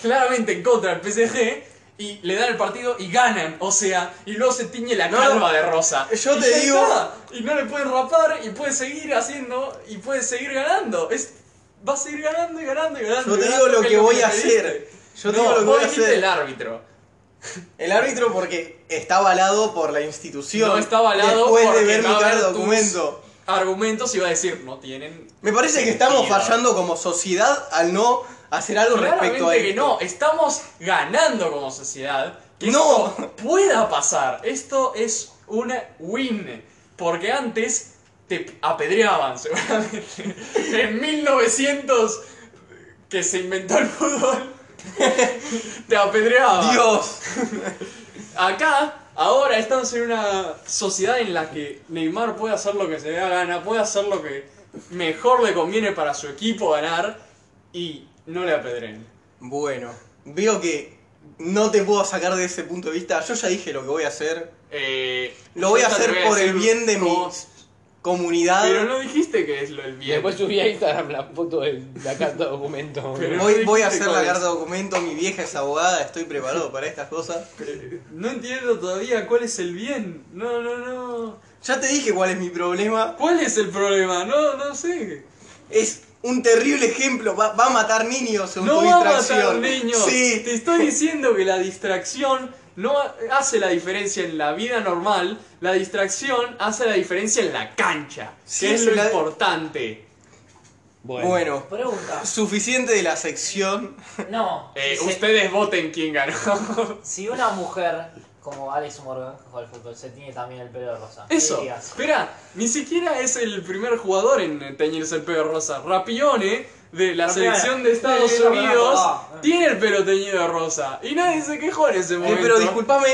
S5: claramente en contra del PSG y le dan el partido y ganan. O sea, y luego se tiñe la
S4: No,
S5: calva
S4: no.
S5: de rosa.
S4: Yo
S5: Y
S4: te
S5: ya
S4: digo-
S5: está. Y no le pueden rapar y puede seguir haciendo y puede seguir ganando. Es, va a seguir ganando y ganando y ganando.
S4: Yo
S5: y
S4: te digo
S5: ganando,
S4: lo
S5: es
S4: que voy a
S5: pediste.
S4: hacer. Yo te
S5: No,
S4: digo lo que
S5: vos
S4: voy a
S5: dijiste el
S4: hacer.
S5: árbitro.
S4: El árbitro porque está avalado por la institución.
S5: No está avalado
S4: Después de
S5: porque
S4: ver mi
S5: va a
S4: carta de
S5: haber tus-
S4: documento.
S5: Argumentos y va a decir, no tienen
S4: Me parece que estamos
S5: Mira.
S4: fallando como sociedad al no hacer algo respecto a
S5: Claramente
S4: esto.
S5: que no, estamos ganando como sociedad. Que
S4: No.
S5: esto pueda pasar. Esto es una win. Porque antes te apedreaban, seguramente. En 1900, que se inventó el fútbol, te apedreaban.
S4: Dios,
S5: Acá, ahora estamos en una sociedad en la que Neymar puede hacer lo que se le da gana, puede hacer lo que mejor le conviene para su equipo ganar y no le apedreen.
S4: bueno, veo que no te puedo sacar de ese punto de vista. Yo ya dije lo que voy a hacer.
S5: Eh,
S4: Lo voy
S5: yo
S4: a
S5: te
S4: hacer
S5: voy
S4: por el
S5: decir
S4: bien de
S5: cómo-
S4: mis comunidad.
S5: Pero no dijiste que es lo del
S1: Y después
S5: viernes.
S1: subí a Instagram la foto de la carta de documento. boludo.
S5: Pero-
S4: Voy,
S5: no
S4: voy a
S5: dijiste
S4: hacer la
S5: cuál es.
S4: carta de documento, mi vieja es abogada, estoy preparado para estas cosas.
S5: No entiendo todavía cuál es el bien. No, no, no.
S4: Ya te dije cuál es mi problema.
S5: ¿Cuál es el problema? No, no sé.
S4: Es un terrible ejemplo, va, va a matar niños según
S5: No
S4: tu
S5: va a
S4: distracción.
S5: matar niños.
S4: Sí,
S5: Te estoy diciendo que la distracción no ha- hace la diferencia en la vida normal. La distracción hace la diferencia en la cancha.
S4: Sí,
S5: que es
S4: es
S5: lo
S4: la-
S5: importante.
S1: Bueno.
S4: bueno,
S3: Pregunta.
S4: suficiente de la sección.
S3: No.
S5: Eh,
S3: si se-
S5: Ustedes voten quién ganó.
S3: Si una mujer como Alex Morgan que juega al fútbol se tiene también el pelo rosa. ¿qué
S5: Eso.
S3: dirías?
S5: Espera, ni siquiera es el primer jugador en teñirse el pelo rosa. Rapione de la
S3: Rapione.
S5: selección de Estados
S3: Sí, lo conozco,
S5: Unidos
S3: va.
S5: tiene el pelo teñido de rosa. Y nadie se quejó en ese
S4: Eh,
S5: momento.
S4: pero discúlpame,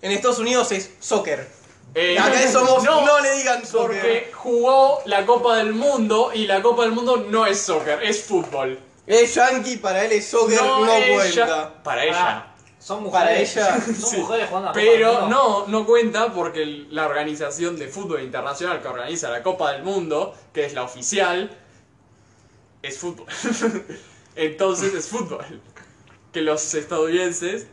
S4: en Estados Unidos es soccer.
S5: Eh,
S4: Acá somos, no,
S5: no,
S4: le digan soccer.
S5: Porque jugó la Copa del Mundo y la Copa del Mundo no es soccer, es fútbol.
S4: Es yankee, para él es soccer, no, cuenta.
S5: ella, para ella.
S3: Ah, son
S4: Para
S3: mujeres.
S4: ella,
S3: Son
S5: Sí.
S3: mujeres jugando a la Copa del
S5: Pero
S3: Mundo.
S5: no, no cuenta porque el- la organización de fútbol internacional que organiza la Copa del Mundo, que es la oficial, es fútbol. Entonces es fútbol. Que los estadounidenses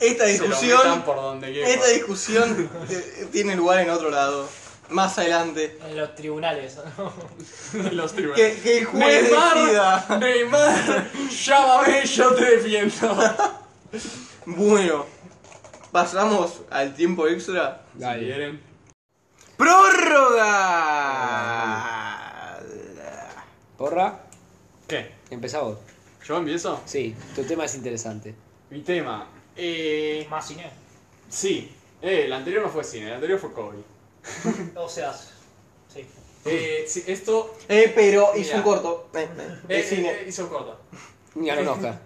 S4: esta
S5: se lo metan
S4: discusión,
S5: por donde quieran.
S4: esta discusión eh, tiene lugar en otro lado, más adelante.
S3: En los tribunales.
S5: Los tribunales.
S4: Que, que el juez
S5: Neymar,
S4: decida.
S5: Neymar, llámame, yo te defiendo.
S4: Bueno, pasamos al tiempo extra.
S5: Si
S1: Dale.
S5: quieren.
S4: ¡Prórroga!
S1: Porra,
S5: ¿Qué?
S1: empezá vos.
S5: ¿Yo empiezo?
S1: Sí, tu tema es interesante.
S5: Mi tema. Eh,
S3: Más cine.
S5: sí. Eh, el anterior no fue cine, el anterior fue COVID.
S3: O sea, sí.
S5: Eh,
S4: Hmm.
S5: sí, esto
S4: Eh, pero hizo
S5: Mira.
S4: un corto. Eh, eh, de
S5: eh,
S4: cine.
S5: eh, hizo corta.
S1: Ganó un Oscar.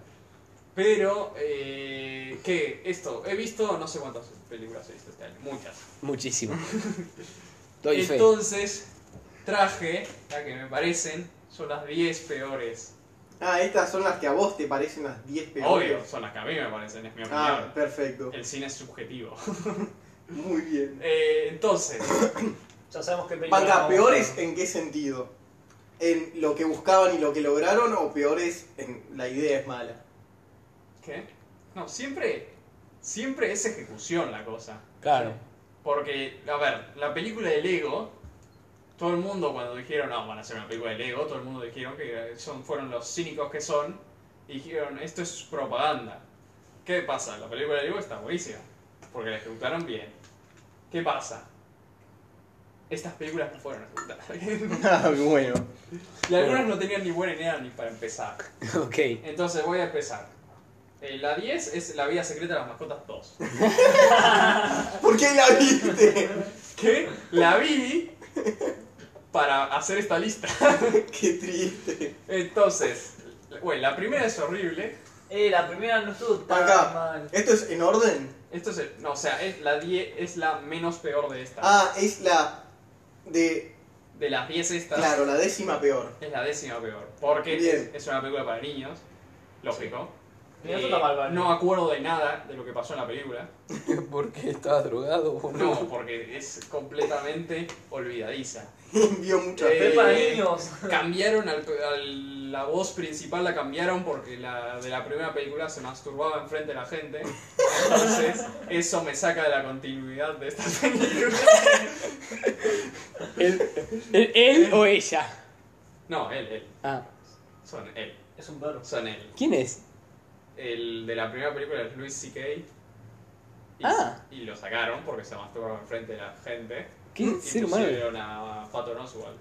S5: Pero, eh, ¿qué? Esto, he visto no sé cuántas películas he visto este año, muchas.
S1: Muchísimo. Doy fe.
S5: Entonces, traje, la que me parecen, son las 10 peores.
S4: Ah, estas son las que a vos te parecen las 10
S5: Obvio,
S4: peores.
S5: son las que a mí me parecen, es mi opinión.
S4: Ah, perfecto.
S5: El cine es subjetivo.
S4: Muy bien.
S5: Eh, entonces,
S3: Ya sabemos que película.
S4: Panda,
S3: no-
S4: ¿peores en qué sentido? ¿En lo que buscaban y lo que lograron o peores en la idea es mala?
S5: ¿qué? No, siempre, siempre es ejecución la cosa.
S1: Claro.
S5: Porque, a ver, la película de Lego, todo el mundo cuando dijeron, no, van a hacer una película de Lego, todo el mundo dijeron que son, fueron los cínicos que son, y dijeron, esto es propaganda. ¿Qué pasa? La película de Lego está buenísima, porque la ejecutaron bien. ¿Qué pasa? Estas películas no fueron ejecutadas bien.
S4: Ah, bueno.
S5: Y algunas no tenían ni buena idea ni para empezar.
S1: Ok.
S5: Entonces voy a empezar. Eh, la 10 es La vida secreta de las mascotas 2.
S4: ¿Por qué la viste?
S5: que la vi para hacer esta lista.
S4: qué triste.
S5: Entonces, bueno, la primera es horrible.
S3: Eh, la primera no estuvo tan
S4: Acá,
S3: mal.
S4: ¿esto es en orden?
S5: Esto es, el- no, o sea, es la 10 es la menos peor de estas.
S4: Ah, es la de.
S5: De las 10 estas
S4: Claro, la décima peor.
S5: es la décima peor, porque
S4: Bien.
S5: es, es una película para niños, lógico.
S3: Mira,
S5: Eh,
S3: esto está mal, vale.
S5: no acuerdo de nada de lo que pasó en la película.
S1: ¿Por qué estabas drogado,
S5: No, porque es completamente olvidadiza.
S4: Vio muchas
S5: Eh,
S3: Es para niños.
S5: Cambiaron al, al- la voz principal, la cambiaron porque la de la primera película se masturbaba enfrente de la gente. Entonces, eso me saca de la continuidad de esta película.
S1: ¿Él, él, él o ella?
S5: No, él, él.
S1: Ah.
S5: Son él.
S3: Es un perro.
S5: Son él.
S1: ¿Quién es?
S5: El de la primera película es Louis C.K. Y,
S1: Ah. Mm,
S5: y lo sacaron porque se masturbaba enfrente de la gente.
S1: ¿Qué
S5: Y
S1: ser humano?
S5: pusieron a Patton Oswalt.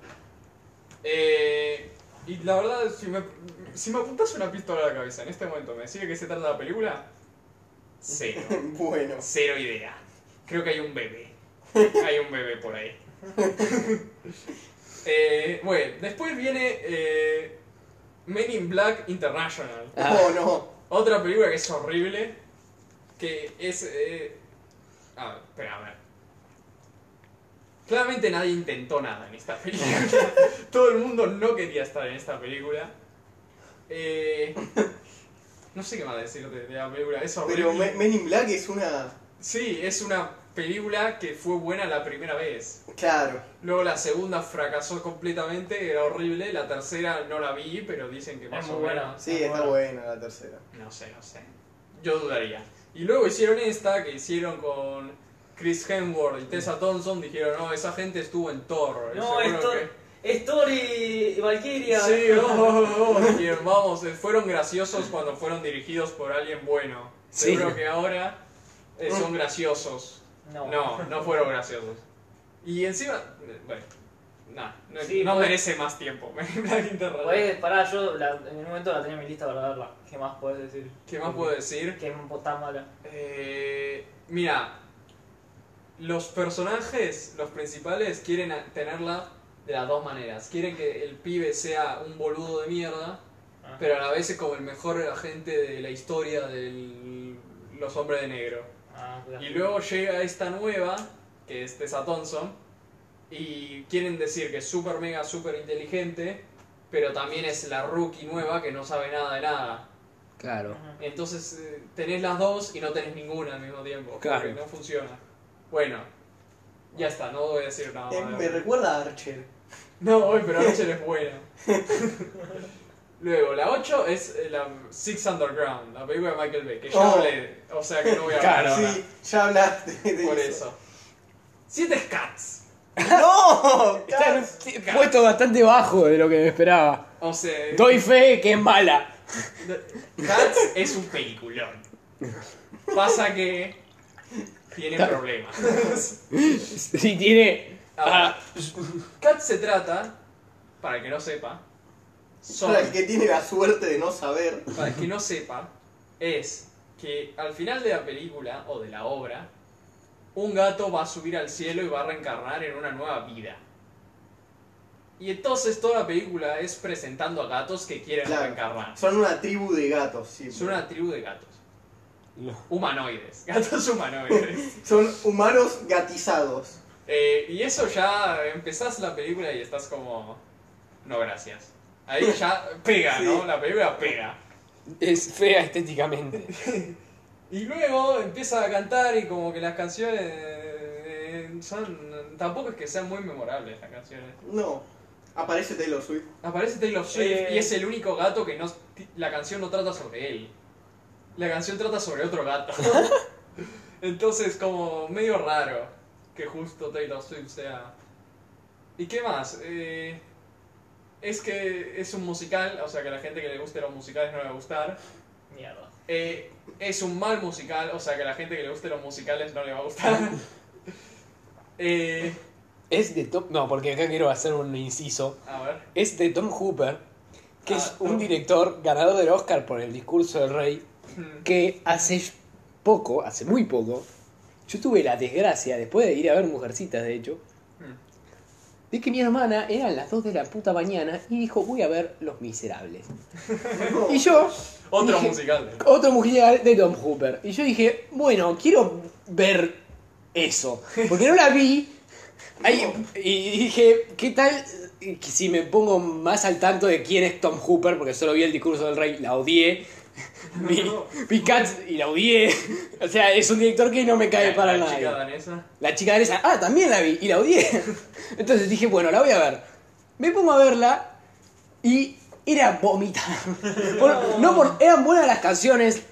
S5: Eh, y la verdad, si me, si me apuntas una pistola a la cabeza en este momento, ¿me decís de qué se trata la película? Cero.
S4: Bueno.
S5: Cero idea. Creo que hay un bebé. Hay un bebé por ahí. Eh, bueno, después viene eh, Men in Black International.
S1: Ah.
S4: Oh no.
S5: Otra película que es horrible, que es... eh, A ver, espera, a ver. Claramente nadie intentó nada en esta película. Todo el mundo no quería estar en esta película. Eh, no sé qué más decirte de la película. Es horrible.
S4: Pero Me- Men in Black es una.
S5: Sí, es una película que fue buena la primera vez.
S4: Claro.
S5: Luego la segunda fracasó completamente, era horrible. La tercera no la vi, pero dicen que más
S3: muy
S5: o
S3: buena.
S5: menos.
S4: Sí, está buena la tercera.
S5: No sé, no sé. Yo dudaría. Y luego hicieron esta que hicieron con Chris Hemsworth y Tessa Thompson. Dijeron, no, esa gente estuvo en Thor.
S3: No,
S5: seguro
S3: es Thor,
S5: que-".
S3: es Thor y y Valkyria.
S5: Sí, oh, oh, oh, dijeron, vamos, eh, fueron graciosos cuando fueron dirigidos por alguien bueno.
S1: Sí.
S5: Seguro que ahora eh, son graciosos.
S3: No.
S5: No, no fueron graciosos. Y encima, eh, bueno, nah, no,
S3: Sí,
S5: no
S3: pues-
S5: merece más tiempo. Black Panther Red.
S3: Podés, pará, yo la- en un momento la tenía en mi lista para verla. ¿Qué más podés decir?
S5: ¿Qué más puedo decir?
S3: Que es tan mala.
S5: Eh, mira, los personajes, los principales, quieren a- tenerla de las dos maneras. Quieren que el pibe sea un boludo de mierda,
S3: Ah.
S5: pero a la vez es como el mejor agente de la historia de los hombres de negro.
S3: Ah, claro.
S5: Y luego llega esta nueva, que es Tessa Thompson, y quieren decir que es súper mega, súper inteligente, pero también es la rookie nueva que no sabe nada de nada.
S1: Claro.
S3: Ajá.
S5: Entonces eh, tenés las dos y no tenés ninguna al mismo tiempo.
S1: Claro.
S5: Porque no funciona. Bueno, ya está, no voy a decir nada
S4: Eh,
S5: más.
S4: me recuerda a Archer.
S5: No, hoy, pero Rachel es buena. Luego, la 8 es eh, la Six Underground, la película de Michael Bay, que ya
S4: Oh.
S5: hablé, o sea que Ah, no voy a hablar
S1: Claro.
S5: ahora
S4: Sí, ya hablaste de
S5: por eso. 7 es Cats.
S4: ¡No!
S1: Está en un puesto bastante bajo de lo que me esperaba.
S5: O sea,
S1: Doy fe que es mala.
S5: Cats es un peliculón. Pasa que tiene problemas.
S1: Si tiene. ah,
S5: Ahora, Cat se trata, para el que no sepa, son-
S4: Para el que tiene la suerte de no saber.
S5: para el que no sepa, es que al final de la película o de la obra, un gato va a subir al cielo y va a reencarnar en una nueva vida. Y entonces toda la película es presentando a gatos que quieren
S4: Claro.
S5: reencarnar.
S4: Son una tribu de gatos, sí.
S5: Es una tribu de gatos.
S1: No.
S5: Humanoides. Gatos humanoides.
S4: Son humanos gatizados.
S5: Eh, y eso ya empezás la película y estás como. No, gracias. Ahí ya pega, ¿no?
S4: Sí.
S5: La película pega.
S1: Es fea estéticamente.
S5: Y luego empieza a cantar y como que las canciones eh, son. Tampoco es que sean muy memorables las canciones.
S4: No. Aparece Taylor Swift.
S5: Aparece Taylor Swift
S3: Eh.
S5: y es el único gato que no. La canción no trata sobre él. La canción trata sobre otro gato. Entonces, como medio raro que justo Taylor Swift sea. ¿Y qué más? Eh, es que es un musical, o sea que a la gente que le guste los musicales no le va a gustar.
S3: Mierda.
S5: Eh, es un mal musical, o sea que a la gente que le guste los musicales no le va a gustar. Eh,
S1: Es de Tom. No, porque acá quiero hacer un inciso.
S5: a ver.
S1: Es de Tom Hooper, que
S5: Ah,
S1: es
S5: Tom.
S1: un director ganador del Oscar por el discurso del rey, que hace poco, hace muy poco, yo tuve la desgracia, después de ir a ver Mujercitas, de hecho,
S5: Hmm.
S1: de que mi hermana eran las 2 de la puta mañana y dijo, voy a ver Los Miserables. Y yo,
S5: Otro
S1: Dije-
S5: musical. ¿eh?
S1: otro musical de Tom Hooper. Y yo dije, bueno, quiero ver eso. Porque no la vi. Ahí- y dije, ¿qué tal que si me pongo más al tanto de quién es Tom Hooper? Porque solo vi el discurso del rey, la odié. Vi, vi Cats y la odié. O sea, es un director que no me cae
S5: La-
S1: para
S5: la
S1: nada.
S5: chica danesa.
S1: La chica de esa, ah, también la vi y la odié. Entonces dije, bueno, la voy a ver. Me pongo a verla y era vomitar. Por- no por, eran buenas las canciones.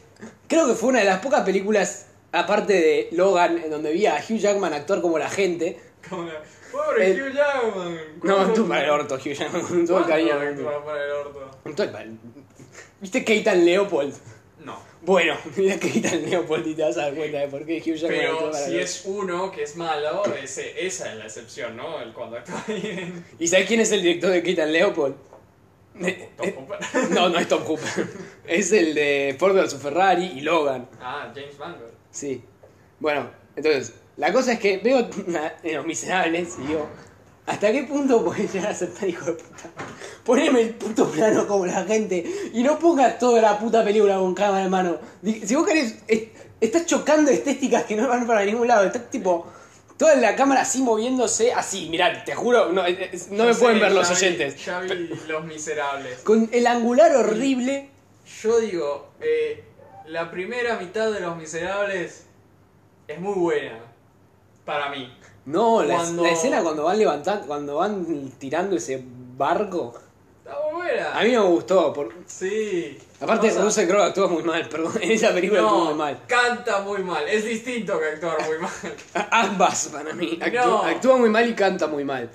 S1: Creo que fue una de las pocas películas, aparte de Logan, en donde vi a Hugh Jackman actuar como la gente.
S5: Como la- Pobre
S1: El-
S5: Hugh Jackman.
S1: No, tú para el orto, Hugh Jackman, con todo el cariño. del mundo.
S5: Para, para el orto.
S1: Con todo el pal- ¿Viste Keitan Leopold?
S5: No.
S1: Bueno, mira Keitan Leopold y te vas a dar cuenta de por qué Hugh Jackman
S5: Pero
S1: actuó para
S5: si
S1: el
S5: es uno que es malo, ese, esa es la excepción, ¿no? El cuando actúa bien.
S1: orto. ¿Y sabes quién es el director de Keitan Leopold?
S5: Tom Hooper.
S1: No, no es Tom Hooper. Es el de Ford vs Ferrari y Logan.
S5: Ah, James Mangold.
S1: Sí. Bueno, entonces, la cosa es que veo eh, en los miserables y digo, ¿hasta qué punto podés llegar a aceptar, hijo de puta? Poneme el puto plano como la gente y no pongas toda la puta película con cámara en mano. Di- Si vos querés, es- estás chocando estéticas que no van para ningún lado. Estás tipo, toda la cámara así moviéndose, así, mirá, te juro, no, es- es- no me
S5: Yo
S1: pueden
S5: sé,
S1: ver los
S5: ya vi-
S1: oyentes.
S5: Ya vi Los Miserables.
S1: Con el angular horrible.
S5: Yo digo, eh, la primera mitad de Los Miserables es muy buena. para mí.
S1: No, la,
S5: Cuando-
S1: la escena cuando van levantando, cuando van tirando ese barco.
S5: Está buena.
S1: A mí no me gustó. por-
S5: Sí.
S1: Aparte,
S5: O sea,
S1: Russell Crowe actúa muy mal, perdón. En esa película actúa
S5: no,
S1: muy mal.
S5: canta muy mal. Es distinto que actuar muy mal.
S1: A- Ambas para mí. Actúa,
S5: No.
S1: actúa muy mal y canta muy mal.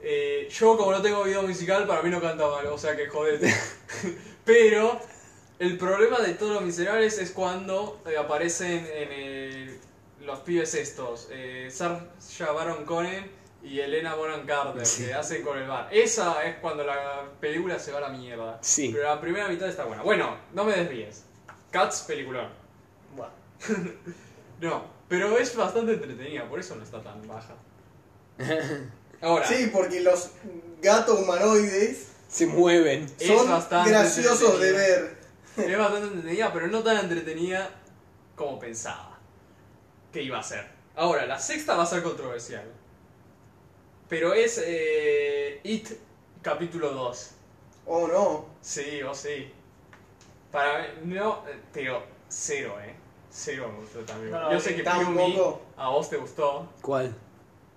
S5: Eh, yo como no tengo video musical, para mí no canta mal, o sea que jodete. Pero el problema de todos los miserables es cuando eh, aparecen en el- los pibes estos, eh, Sarsha Baron Cohen y Elena Bonham Carter, que hacen con el bar. Esa es cuando la película se va a la mierda.
S1: Sí.
S5: Pero la primera mitad está buena. Bueno, no me desvíes. Cats, película.
S3: Bueno,
S5: No, pero es bastante entretenida, por eso no está tan baja. Ahora,
S4: Sí, porque los gatos humanoides
S1: Se mueven.
S5: Es
S4: son
S5: bastante
S4: graciosos de
S5: entretenido.
S4: ver.
S5: Es bastante entretenida, pero no tan entretenida como pensaba que iba a ser. Ahora, la sexta va a ser controversial. Pero es eh, It capítulo 2.
S4: Oh no.
S5: Sí, o sí. Para mí, no, eh, pero cero, eh. Cero me gustó también.
S3: No,
S5: Yo sé que Piumi
S4: Tampoco.
S5: a vos te gustó.
S1: ¿Cuál?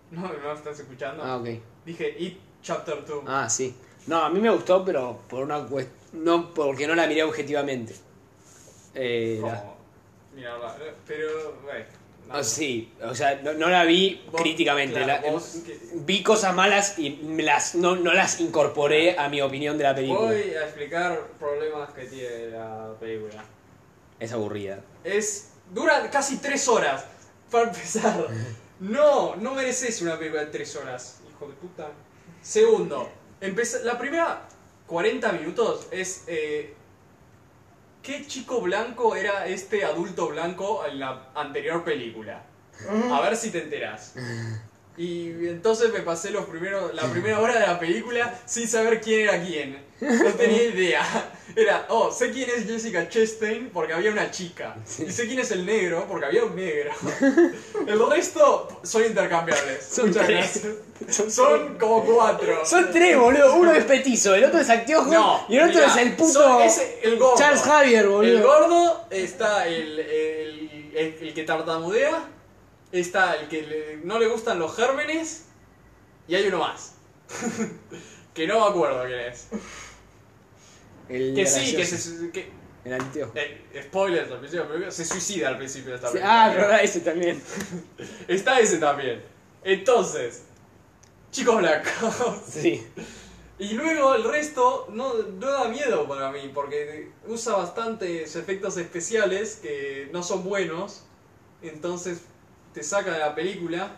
S5: No, no estás escuchando.
S1: Ah, ok.
S5: Dije It Chapter 2.
S1: Ah, sí. No, a mí me gustó, pero por una cuest- No, porque no la miré objetivamente. Eh, la-
S5: Como, mira, la- pero, bueno.
S1: Ah, sí, o sea, no, no la vi
S5: Vos-
S1: críticamente.
S5: claro,
S1: la- em,
S5: vos que-
S1: Vi cosas malas y me las, no, no las incorporé a mi opinión de la película.
S5: Voy a explicar problemas que tiene la película.
S1: Es aburrida.
S5: Es. dura casi tres horas. Para empezar. No, no mereces una película de tres horas, hijo de puta. Segundo, empeza- la primera 40 minutos es. eh, ¿Qué chico blanco era este adulto blanco en la anterior película? A ver si te enterás. Y entonces me pasé los primeros, la primera hora de la película sin saber quién era quién. No tenía idea. Era, oh, sé quién es Jessica Chastain porque había una chica. Y sé quién es el negro porque había un negro. El resto son intercambiables.
S1: Son
S5: Muchas
S1: tres.
S5: gracias. Son como cuatro.
S1: Son tres, boludo. Uno es petizo, el otro es Actiojo
S5: No,
S1: y el otro
S5: mirá,
S1: es el puto
S5: son- es el gordo.
S1: Charles Javier,
S5: El
S1: boludo.
S5: gordo está el, el, el- el que tartamudea, está el que le- no le gustan los gérmenes y hay uno más. que no me acuerdo quién es.
S1: El
S5: Que sí, que
S1: gracioso,
S5: se su- que,
S1: El Antiojo.
S5: eh, spoilers al principio, de la película, se suicida al principio de esta película.
S1: Ah, verdad, ese también.
S5: Está ese también. Entonces, chicos blancos.
S1: Sí.
S5: Y luego el resto no, no da miedo para mí, porque usa bastantes efectos especiales que no son buenos, entonces te saca de la película.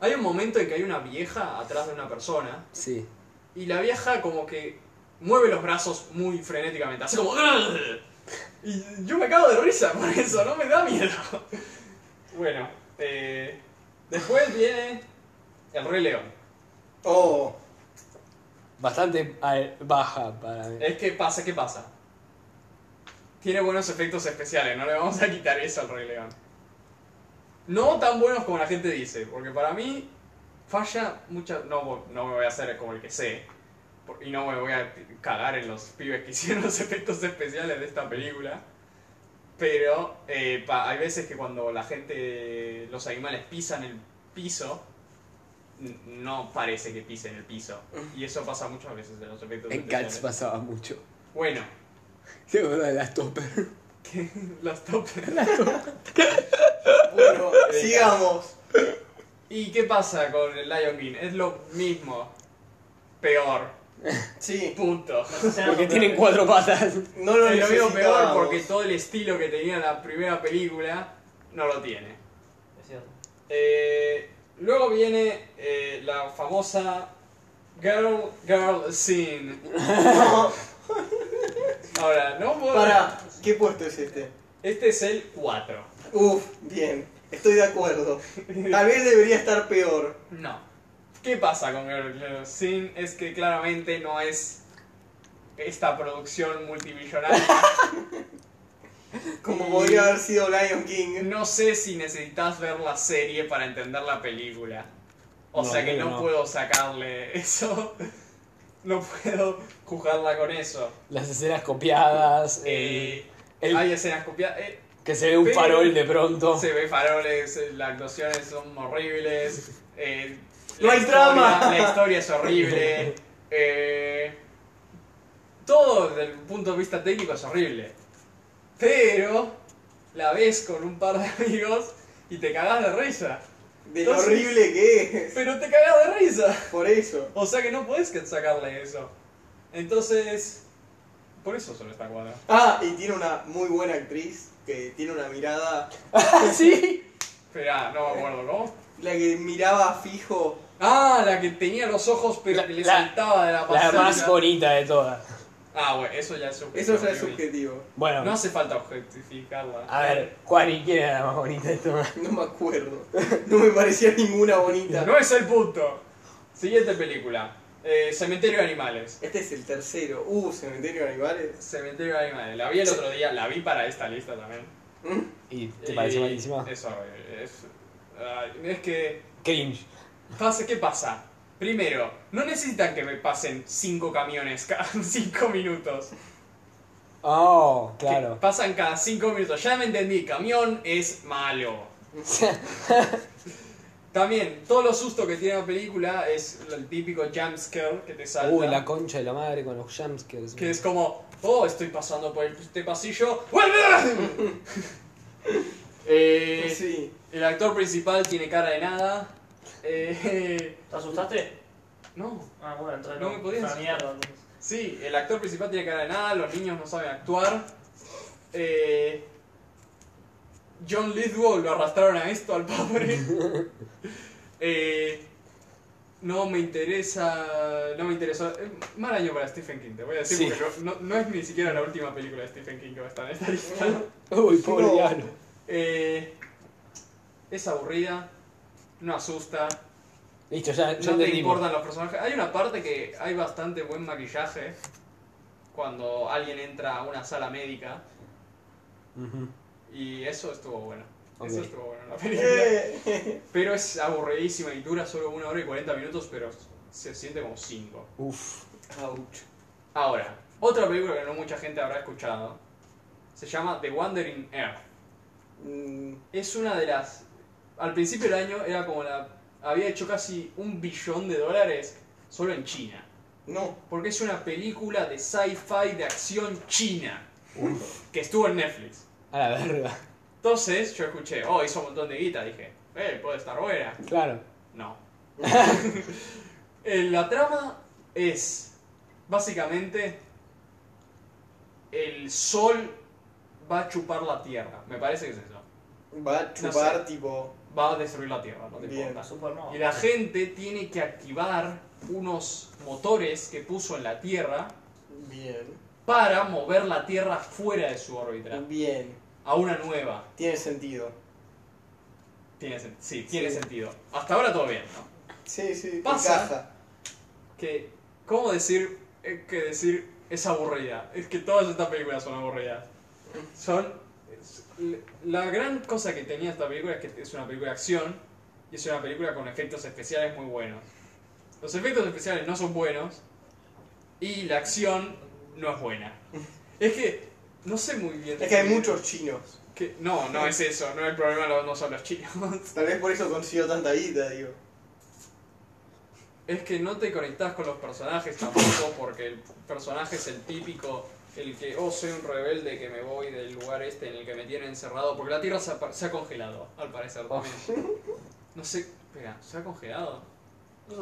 S5: Hay un momento en que hay una vieja atrás de una persona,
S1: Sí.
S5: y la vieja como que mueve los brazos muy frenéticamente, hace como... "Ugh". Y yo me cago de risa por eso, no me da miedo. Bueno, eh, después viene el Rey León.
S4: Oh.
S1: Bastante al- baja para mí.
S5: Es que pasa, ¿qué pasa? Tiene buenos efectos especiales, no le vamos a quitar eso al Rey León. No tan buenos como la gente dice, porque para mí falla muchas... No, vo- no me voy a hacer como el que sé, por- y no me voy a cagar en los pibes que hicieron los efectos especiales de esta película, pero eh, pa- hay veces que cuando la gente, los animales pisan el piso, n- no parece que pisen el piso, y eso pasa muchas veces en los efectos
S1: En
S5: especiales.
S1: Cats pasaba mucho.
S5: Bueno,
S1: Te acuerdas de las topper.
S5: las toppers.
S4: Bueno, sigamos.
S5: ¿Y qué pasa con el Lion King? Es lo mismo. Peor.
S4: Sí.
S5: Punto.
S3: las escenas
S1: Porque
S3: son
S1: tienen
S3: peores.
S1: cuatro patas.
S4: No lo
S5: es lo mismo peor
S4: necesitábamos.
S5: porque todo el estilo que tenía la primera película no lo tiene.
S3: Es cierto.
S5: Eh, luego viene eh, la famosa Girl Girl Scene.
S4: No,
S5: Ahora, no puedo.
S4: Para, ¿qué puesto es este?
S5: Este es el 4.
S4: Uf, bien. Estoy de acuerdo. Tal vez debería estar peor.
S5: No. ¿Qué pasa con Girl Sin? Es que claramente no es esta producción multimillonaria.
S4: Como
S5: Y
S4: podría haber sido Lion King.
S5: No sé si necesitas ver la serie para entender la película. O
S1: No,
S5: sea que
S1: creo
S5: no,
S1: que no.
S5: puedo sacarle eso. No puedo juzgarla con eso.
S1: Las escenas copiadas. el-
S5: Eh,
S1: el-
S5: Hay escenas copiadas. eh,
S1: Que se ve un
S5: Pero-
S1: farol de pronto.
S5: Se ve faroles, eh, las actuaciones son horribles. eh,
S4: No
S5: la
S4: hay
S5: historia-
S4: trama.
S5: La historia es horrible. eh, todo desde el punto de vista técnico es horrible. Pero la ves con un par de amigos y te cagás de risa.
S4: De lo
S5: Entonces-
S4: horrible que es.
S5: Pero te cagás de risa.
S4: Por eso.
S5: O sea que no podés que sacarle eso. Entonces, por eso solo está cuadra.
S4: Ah, y tiene una muy buena actriz que tiene una mirada.
S1: ¿Sí?
S5: Espera, ah, no me acuerdo, ¿no?
S4: La que miraba fijo.
S5: Ah, la que tenía los ojos pero
S1: La-
S5: que le
S1: la-
S5: saltaba de la
S1: La
S5: pantalla.
S1: más bonita de todas.
S5: Ah, bueno, eso ya es subjetivo.
S4: Eso ya es
S5: Pibi.
S4: subjetivo.
S1: Bueno,
S5: No hace falta objetificarla.
S1: a ver, Juani, ¿quién era la más bonita de todas?
S4: No me acuerdo. No me parecía ninguna bonita.
S5: No es el punto. Siguiente película. Eh, Cementerio de Animales.
S4: Este es el tercero. Uh, cementerio de animales.
S5: Cementerio de Animales. La vi el otro día, la vi para esta lista también.
S4: Mm.
S1: ¿Y te
S5: Y-
S1: pareció malísima?
S5: Eso, eh, es... ay, es que...
S1: Cringe.
S5: Pasa, ¿Qué pasa? Primero, no necesitan que me pasen cinco camiones cada cinco minutos.
S1: Oh,
S5: Que
S1: claro.
S5: pasan cada cinco minutos. Ya me entendí, camión es malo. También, todo lo susto que tiene la película es el típico jumpscare que te salta.
S1: Uy, la concha de la madre con los jumpscares.
S5: Que es como, oh, estoy pasando por este pasillo. ¡Vuelve! Eh,
S4: Sí.
S5: El actor principal tiene cara de nada. Eh,
S3: ¿Te asustaste?
S5: no,
S3: Ah, bueno, entonces
S5: No me podías
S3: Es una
S5: asustar.
S3: mierda, entonces.
S5: Sí, el actor principal tiene cara de nada, los niños no saben actuar. Eh, John Lithgow lo arrastraron a esto, al pobre. Eh, no me interesa. No me interesó. eh, Mal año para Stephen King, te voy a decir,
S1: Sí.
S5: porque no, no- no es ni siquiera la última película de Stephen King que va a estar en esta lista.
S1: Uy, pobre
S4: No.
S1: diablo.
S5: Eh, es aburrida, no asusta,
S1: Listo, ya, ya
S5: no te
S1: entendimos.
S5: importan los personajes. Hay una parte que hay bastante buen maquillaje cuando alguien entra a una sala médica
S1: Ujú.
S5: y eso estuvo bueno.
S1: Ok.
S5: Eso estuvo bueno en la película.
S4: Eh.
S5: Pero es aburridísima y dura solo una hora y 40 minutos, pero se siente como 5.
S1: Uf.
S4: Ouch.
S5: Ahora, otra película que no mucha gente habrá escuchado se llama The Wandering Earth.
S4: Mm,
S5: Es una de las. Al principio del año era como la. Había hecho casi un billón de dólares solo en China.
S4: No.
S5: Porque es una película de sci-fi de acción china. Que estuvo en Netflix.
S1: A la verga.
S5: Entonces yo escuché, oh, hizo un montón de guita. Dije, eh, puede estar buena.
S1: Claro.
S5: No. Eh, La trama es básicamente el sol va a chupar la tierra. Me parece que es eso.
S4: Va a chupar
S5: sé.
S4: tipo.
S5: Va a destruir la tierra, no te
S4: Bien.
S5: importa.
S3: Supernova.
S5: Y la gente tiene que activar unos motores que puso en la Tierra
S4: Bien.
S5: para mover la Tierra fuera de su órbita,
S4: Bien.
S5: a una nueva.
S4: Tiene sentido.
S5: Tiene, sen- sí, tiene
S4: Sí.
S5: sentido. Hasta ahora todo bien, ¿no?
S4: Sí, sí.
S5: Pasa.
S4: encaja.
S5: Que, ¿Cómo decir eh, que decir es aburrida? Es que todas estas películas son aburridas. Son... es- la gran cosa que tenía esta película es que es una película de acción y es una película con efectos especiales muy buenos. Los efectos especiales no son buenos y la acción no es buena. Es que no sé muy bien.
S4: Es que hay
S5: decir-
S4: muchos chinos.
S5: que- no, no es eso, no el problema lo- no son los chinos.
S4: Tal vez por eso consigo tanta guita, digo.
S5: Es que no te conectás con los personajes tampoco, porque el personaje es el típico, el que, oh, soy un rebelde que me voy del lugar este en el que me tienen encerrado, porque la Tierra se ha, par- se ha congelado, al parecer
S1: Oh.
S5: también. No sé, espera, ¿se ha congelado?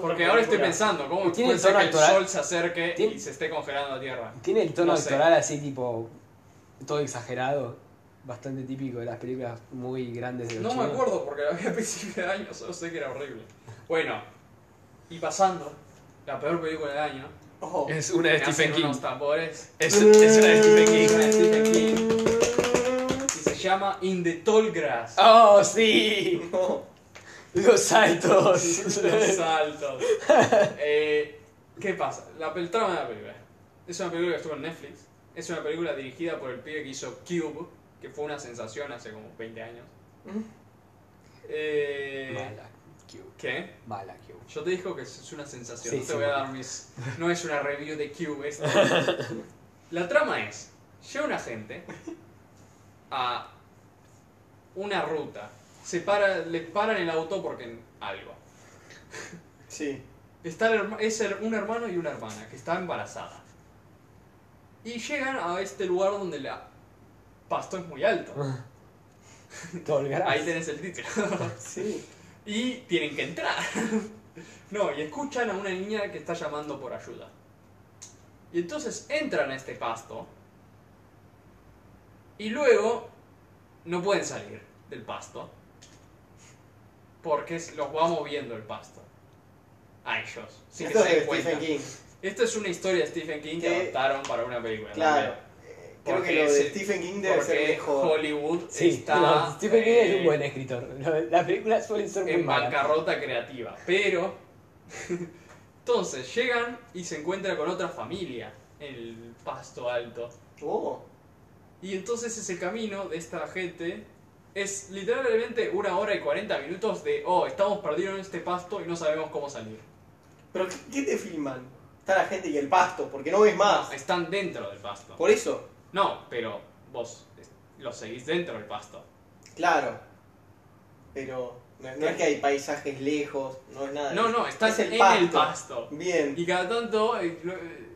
S5: Porque ahora estoy pensando, ¿cómo
S1: Tiene
S5: puede ser
S1: tono
S5: que el
S1: actoral.
S5: sol se acerque
S1: Tiene-
S5: y se esté congelando la Tierra?
S1: Tiene el tono
S5: No sé.
S1: actoral así, tipo. Todo exagerado. Bastante típico de las películas muy grandes de los
S5: No me
S1: chinos.
S5: acuerdo porque la vi a principio de año, solo sé que era horrible. Bueno, y pasando, la peor película del año.
S4: Oh.
S1: Es una de
S5: me hacen
S1: Stephen King.
S5: unos tambores.
S1: Es, es una de Stephen
S5: Es
S1: King.
S5: una de Stephen King. Y se llama In the Tall Grass.
S1: ¡Oh, sí!
S4: No.
S1: Los saltos.
S5: Los saltos. Eh, ¿Qué pasa? La, el trama de la película. Es una película que estuvo en Netflix. Es una película dirigida por el pibe que hizo Cube, que fue una sensación hace como 20 años. Eh,
S1: Mala Q.
S5: ¿Qué?
S1: Mala Q.
S5: Yo te digo que es una sensación,
S1: Sí,
S5: no te
S1: sí.
S5: voy a dar mis... No es una review de Cube esta. La trama es, llega un agente a una ruta. Se para, le paran el auto porque algo.
S4: Sí.
S5: Está el herma- es her- un hermano y una hermana que está embarazada. Y llegan a este lugar donde la pasto es muy alto.
S1: Todo el
S5: Ahí
S1: garaje.
S5: tenés el título.
S4: Sí.
S5: y tienen que entrar. no, y escuchan a una niña que está llamando por ayuda. Y entonces entran a este pasto. Y luego no pueden salir del pasto. Porque es- los va moviendo el pasto. A ellos. Sin que
S4: Esto
S5: se
S4: es
S5: den
S4: Stephen
S5: cuenta.
S4: King.
S5: Esto es una historia de Stephen King que
S4: Que-
S5: adaptaron para una película.
S4: Claro.
S5: también.
S4: Eh, Creo
S5: Porque
S4: que lo de
S5: se-
S4: Stephen King debe ser
S5: Porque
S4: mejor.
S5: Hollywood
S1: Sí,
S5: está.
S1: no, Stephen King es
S5: eh,
S1: un buen escritor. No, Las películas suelen ser muy
S5: en
S1: malas.
S5: bancarrota creativa. Pero. Entonces llegan y se encuentran con otra familia en el pasto alto.
S4: Oh.
S5: Y entonces ese camino de esta gente es literalmente una hora y 40 minutos de, oh, estamos perdidos en este pasto y no sabemos cómo salir.
S4: Pero ¿qué, qué te filman? Está la gente y el pasto, porque no ves más.
S5: Están dentro del pasto.
S4: Por eso,
S5: No, pero vos es- los seguís dentro del pasto.
S4: claro. Pero no, no es que hay paisajes lejos, no es nada.
S5: No, no, estás
S4: Ah, Es el
S5: en el pasto.
S4: Bien.
S5: Y cada tanto... eh, lo- eh,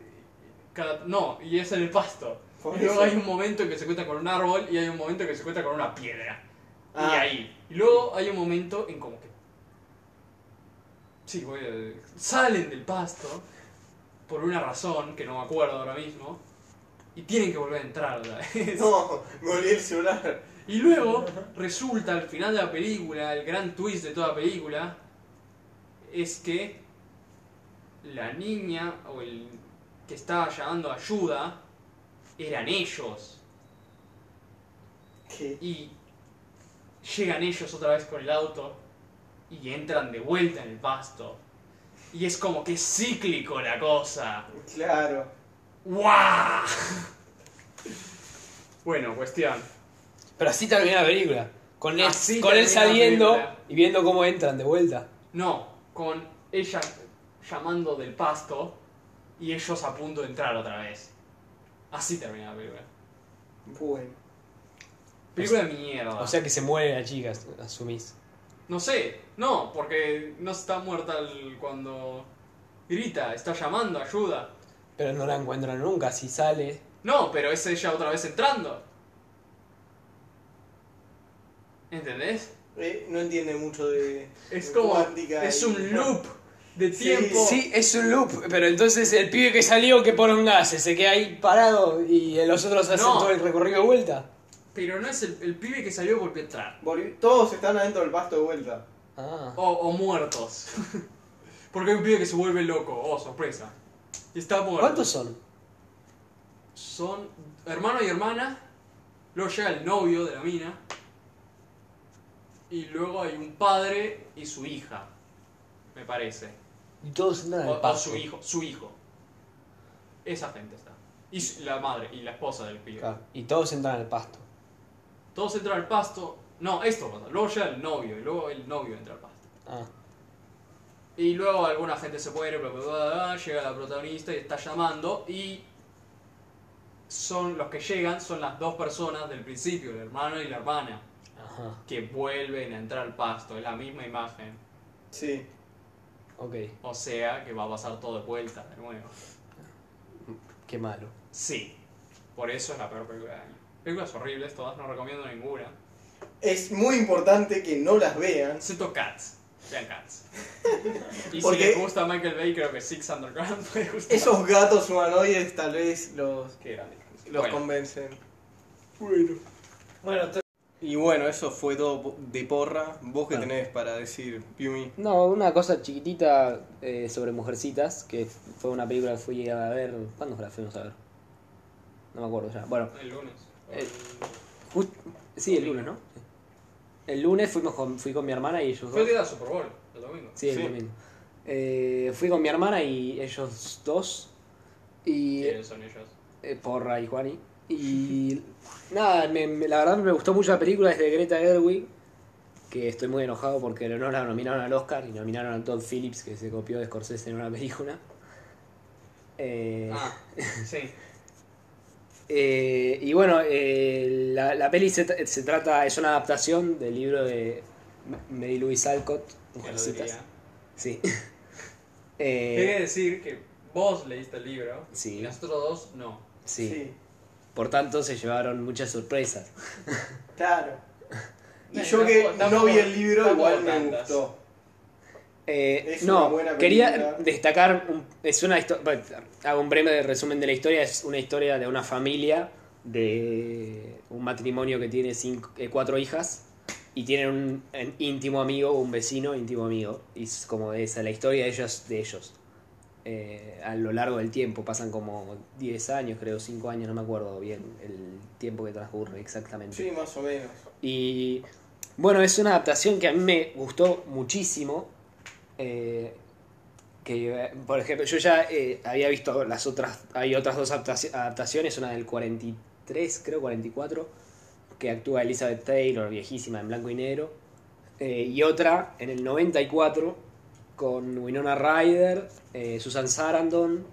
S5: cada- no, y es en el pasto.
S4: Por
S5: Y luego
S4: eso.
S5: hay un momento en que se encuentra con un árbol y hay un momento en que se encuentra con una piedra. Y
S4: Ah.
S5: ahí. Y luego hay un momento en como que... Sí, voy a- Salen del pasto por una razón que no me acuerdo ahora mismo. Y tienen que volver a entrar. otra vez.
S4: No, me olvidé el celular.
S5: Y luego resulta al final de la película, el gran twist de toda la película, es que la niña o el que estaba llamando ayuda eran ellos.
S4: ¿Qué?
S5: Y llegan ellos otra vez con el auto y entran de vuelta en el pasto. Y es como que es cíclico la cosa.
S4: Claro.
S5: ¡Guau! Bueno, cuestión.
S1: Pero así termina la película. Con él,
S5: Así
S1: con él
S5: termina la
S1: saliendo
S5: película.
S1: y viendo cómo entran de vuelta.
S5: No, con ella llamando del pasto y ellos a punto de entrar otra vez. Así termina la película.
S4: Bueno.
S5: Película de mierda.
S1: O sea que se muere la chica, asumís.
S5: no sé, no, porque no está muerta el- cuando grita, está llamando, ayuda.
S1: Pero no la encuentran nunca. Si sale,
S5: No, pero es ella otra vez entrando. ¿Entendés?
S4: Eh, no entiende mucho de.
S5: Es
S4: de
S5: como.
S4: cuántica
S5: Es
S4: y-
S5: un loop de
S4: Sí,
S5: tiempo.
S1: Sí, es un loop, pero entonces el pibe que salió que por un gas, se queda ahí parado y los otros hacen
S5: No.
S1: todo el recorrido de vuelta.
S5: Pero no es el, el pibe que salió volvió a entrar.
S4: Volvi- Todos están adentro del pasto de vuelta.
S1: Ah.
S5: O, o muertos. Porque hay un pibe que se vuelve loco. Oh, sorpresa. Y está muerto.
S1: ¿Cuántos son?
S5: Son hermano y hermana. Luego llega el novio de la mina. Y luego hay un padre y su hija. Me parece.
S1: Y todos entran
S5: O,
S1: al
S5: o
S1: paso.
S5: su hijo. Su hijo. Esa gente está. Y su- la madre y la esposa del pibe.
S1: Claro, Ah, Y todos entran al pasto.
S5: Todos entran al pasto. No, esto pasa. Luego llega el novio. Y luego el novio entra al pasto.
S1: Ah.
S5: Y luego alguna gente se muere, bla, bla, bla, bla, llega la protagonista y está llamando y son los que llegan son las dos personas del principio, el hermano y la hermana,
S1: Ajá.
S5: que vuelven a entrar al pasto, es la misma imagen.
S4: Sí.
S1: Ok.
S5: O sea que va a pasar todo de vuelta de nuevo.
S1: Qué malo.
S5: Sí. Por eso es la peor película del año. Películas horribles, todas, no recomiendo ninguna.
S4: Es muy importante que no las vean.
S5: Excepto Cats. Vean Cats. Y si
S4: Porque-
S5: les gusta Michael Bay, creo que Six Underground puede gustar.
S4: Esos gatos humanoides tal vez los,
S5: Qué grande.
S4: los
S5: Bueno.
S4: convencen.
S3: Bueno, te-
S4: Y bueno, eso fue todo po- de porra. ¿Vos qué
S1: Ah.
S4: tenés para decir, Piumi?
S1: No, una cosa chiquitita eh, sobre mujercitas, que fue una película que fui a ver. ¿Cuándo la fuimos a ver? No me acuerdo ya. Bueno,
S5: El lunes.
S1: Eh, just- sí, el lunes, ¿no? El lunes fuimos con, fui con mi hermana y ellos dos.
S5: Fue el día de la Super Bowl, el domingo.
S1: Sí, el
S4: Sí.
S1: domingo. Eh, fui con mi hermana y ellos dos. Y.
S5: ¿Quiénes son ellos?
S1: eh, porra y Juani. Y. nada, me- me- la verdad me gustó mucho la película desde Greta Gerwig. Que estoy muy enojado porque no la nominaron al Oscar y nominaron a Todd Phillips, que se copió de Eh, Scorsese en una película. Eh,
S5: Ah, sí.
S1: Eh, y bueno, eh, la, la peli se, tra- se trata, es una adaptación del libro de M- Mary Louise Alcott,
S5: Ya lo
S1: Mujercitas. Eh,
S5: diría.
S1: Sí.
S5: Quería
S1: Eh,
S5: decir que vos leíste el libro y
S1: sí,
S5: nosotros dos no.
S1: sí. Por tanto, se llevaron muchas sorpresas.
S2: claro.
S4: Y
S5: No,
S4: yo
S5: no,
S4: que
S5: tampoco-
S4: no vi el libro,
S5: tampoco
S4: igual me
S5: tantas.
S4: gustó.
S1: Eh,
S4: Es una
S1: no,
S4: buena
S1: quería
S4: película.
S1: destacar, un- es una histo- bueno, hago un breve resumen de la historia, es una historia de una familia, de un matrimonio que tiene cinco- eh, cuatro hijas y tienen un, un íntimo amigo, un vecino íntimo amigo, y es como esa la historia de ellos, de ellos. Eh, a lo largo del tiempo, pasan como 10 años, creo, 5 años, no me acuerdo bien el tiempo que transcurre exactamente.
S4: Sí, más o menos.
S1: Y bueno, es una adaptación que a mí me gustó muchísimo. eh, que, eh, por ejemplo, yo ya eh, había visto las otras, hay otras dos adaptaci- adaptaciones, una del 43, creo, 44, que actúa Elizabeth Taylor, viejísima, en blanco y negro. eh, y otra en el 94 con Winona Ryder, eh, Susan Sarandon,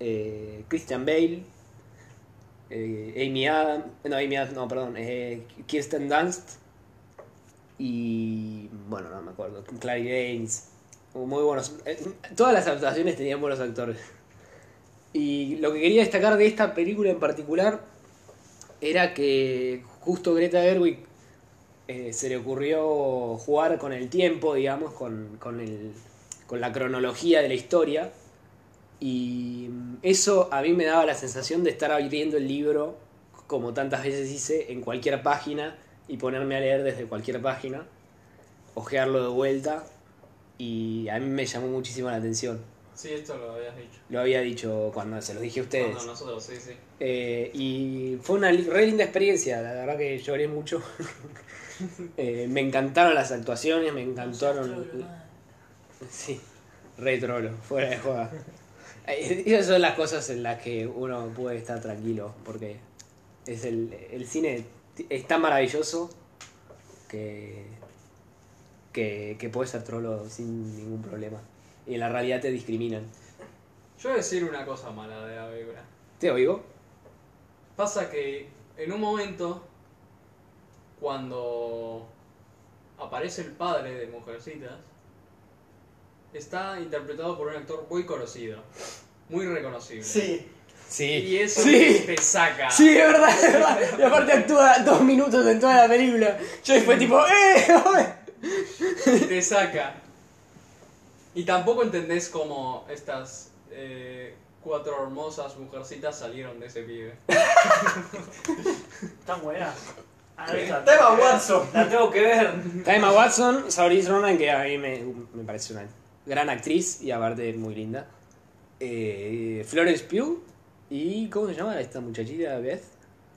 S1: eh, Christian Bale, eh, Amy Adams, no, Amy Adams, no, perdón, eh, Kirsten Dunst y, bueno, no me acuerdo, Clary Danes, muy buenos, eh, todas las adaptaciones tenían buenos actores. Y lo que quería destacar de esta película en particular era que justo Greta Gerwig eh, se le ocurrió jugar con el tiempo, digamos, con, con, el, con la cronología de la historia. Y mm, eso a mí me daba la sensación de estar abriendo el libro, como tantas veces hice, en cualquier página y ponerme a leer desde cualquier página, ojearlo de vuelta. Y a mí me llamó muchísimo la atención.
S5: Sí, esto lo habías dicho.
S1: Lo había dicho cuando se los dije a ustedes.
S5: Cuando nosotros, sí, sí.
S1: Eh, y fue una li- re linda experiencia, la verdad que lloré mucho. Eh, me encantaron las actuaciones, me encantaron. Sí, re trolo, fuera de joda. Eh, Esas son las cosas en las que uno puede estar tranquilo, porque es el, el cine t- es tan maravilloso que, que, que puedes ser trolo sin ningún problema. Y en la realidad te discriminan.
S5: Yo voy a decir una cosa mala de la película.
S1: ¿Te oigo?
S5: Pasa que en un momento, cuando aparece el padre de Mujercitas, está interpretado por un actor muy conocido, muy reconocible.
S4: Sí.
S1: Sí.
S5: Y eso
S1: Sí.
S5: te saca.
S1: Sí, es verdad, es verdad. Y aparte actúa dos minutos en toda la película. Yo después tipo, ¡eh!
S5: te saca. Y tampoco entendés cómo estas eh, cuatro hermosas mujercitas salieron de ese pibe.
S3: Tan buena. Analiza.
S4: Tema Watson.
S3: Ah, La tengo que ver.
S1: Emma Watson, Saoirse Ronan, que a mí me, me parece una gran actriz y aparte muy linda. Eh, Florence Pugh y ¿cómo se llama esta muchachita Beth?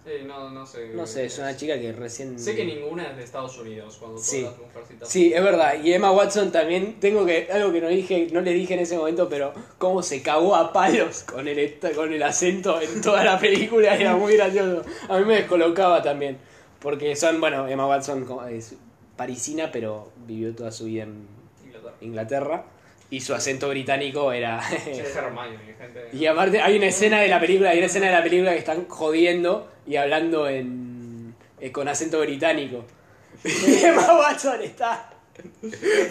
S5: Eh, no, no sé.
S1: No sé, es una chica que recién
S5: Sé que ninguna es de Estados Unidos cuando todas
S1: Sí.
S5: las mujercitas.
S1: Sí, es verdad. Y Emma Watson también tengo que algo que no dije, no le dije en ese momento, pero cómo se cagó a palos con el esta- con el acento en toda la película era muy gracioso. A mí me descolocaba también, porque son bueno, Emma Watson co- es parisina, pero vivió toda su vida en
S5: Inglaterra.
S1: Inglaterra y su acento británico era
S5: Es Hermione, gente.
S1: Eh. Y aparte hay una escena de la película, hay una escena de la película que están jodiendo y hablando en eh, con acento británico. Y Emma Watson está.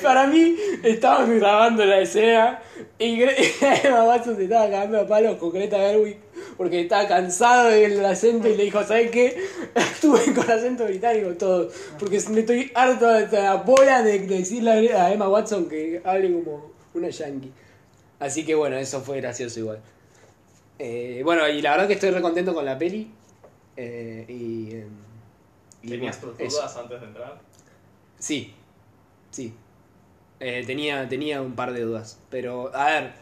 S1: Para mí, estábamos grabando la escena y Gre- Emma Watson se estaba cagando a palos con Greta Gerwig porque estaba cansado del acento y le dijo, ¿sabes qué? Estuve con acento británico todo, porque me estoy harto de esta bola de decirle a Gre- a Emma Watson que hable como una yankee. Así que bueno, eso fue gracioso igual. Eh, bueno, y la verdad que estoy re contento con la peli. eh, y, em, y
S2: ¿Tenías
S1: bueno,
S2: tus
S1: eso.
S2: dudas antes de entrar?
S1: Sí, sí. Eh, tenía, tenía un par de dudas. Pero, a ver,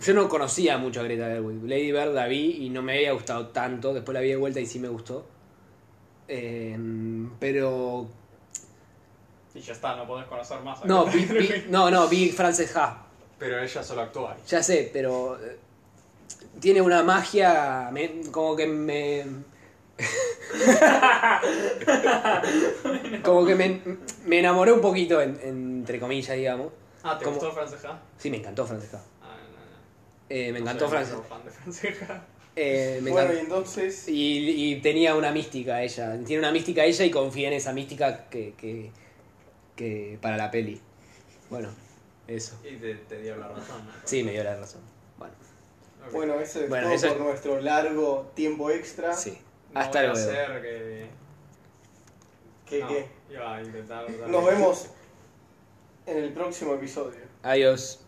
S1: yo no conocía mucho a Greta Gerwig. Lady Bird la vi y no me había gustado tanto. Después la vi de vuelta y sí me gustó. Eh, pero...
S2: Y ya está, no podés conocer más. a
S1: No,
S2: Greta
S1: vi, vi-
S2: Gerwig.
S1: no, no, vi Frances Ha.
S2: Pero ella solo actúa ahí.
S1: Ya sé, pero eh, tiene una magia, me- como que me... como que me, me enamoré un poquito, en- entre comillas, digamos.
S5: Ah, ¿te
S1: ¿Cómo?
S5: gustó Franceja?
S1: Sí, me encantó Francesca.
S5: Ah, no, no.
S1: Eh, me encantó
S5: Soy muy
S1: Francesca.
S5: fan de Franceja.
S1: Eh, me
S4: bueno,
S1: encanta.
S4: y entonces.
S1: Y, y tenía una mística ella. Tiene una mística ella y confía en esa mística que, que, que para la peli. Bueno, eso.
S5: Y te, te dio la razón.
S1: Sí, me dio la razón. Bueno,
S5: Ok.
S4: Bueno, eso es
S1: Bueno,
S4: todo
S1: eso-
S4: por nuestro largo tiempo extra.
S1: sí.
S5: No
S1: Hasta
S5: voy a
S1: luego.
S5: hacer que-
S4: Que,
S5: no,
S4: que
S5: iba a intentar darle-
S4: nos vemos en el próximo episodio.
S1: Adiós.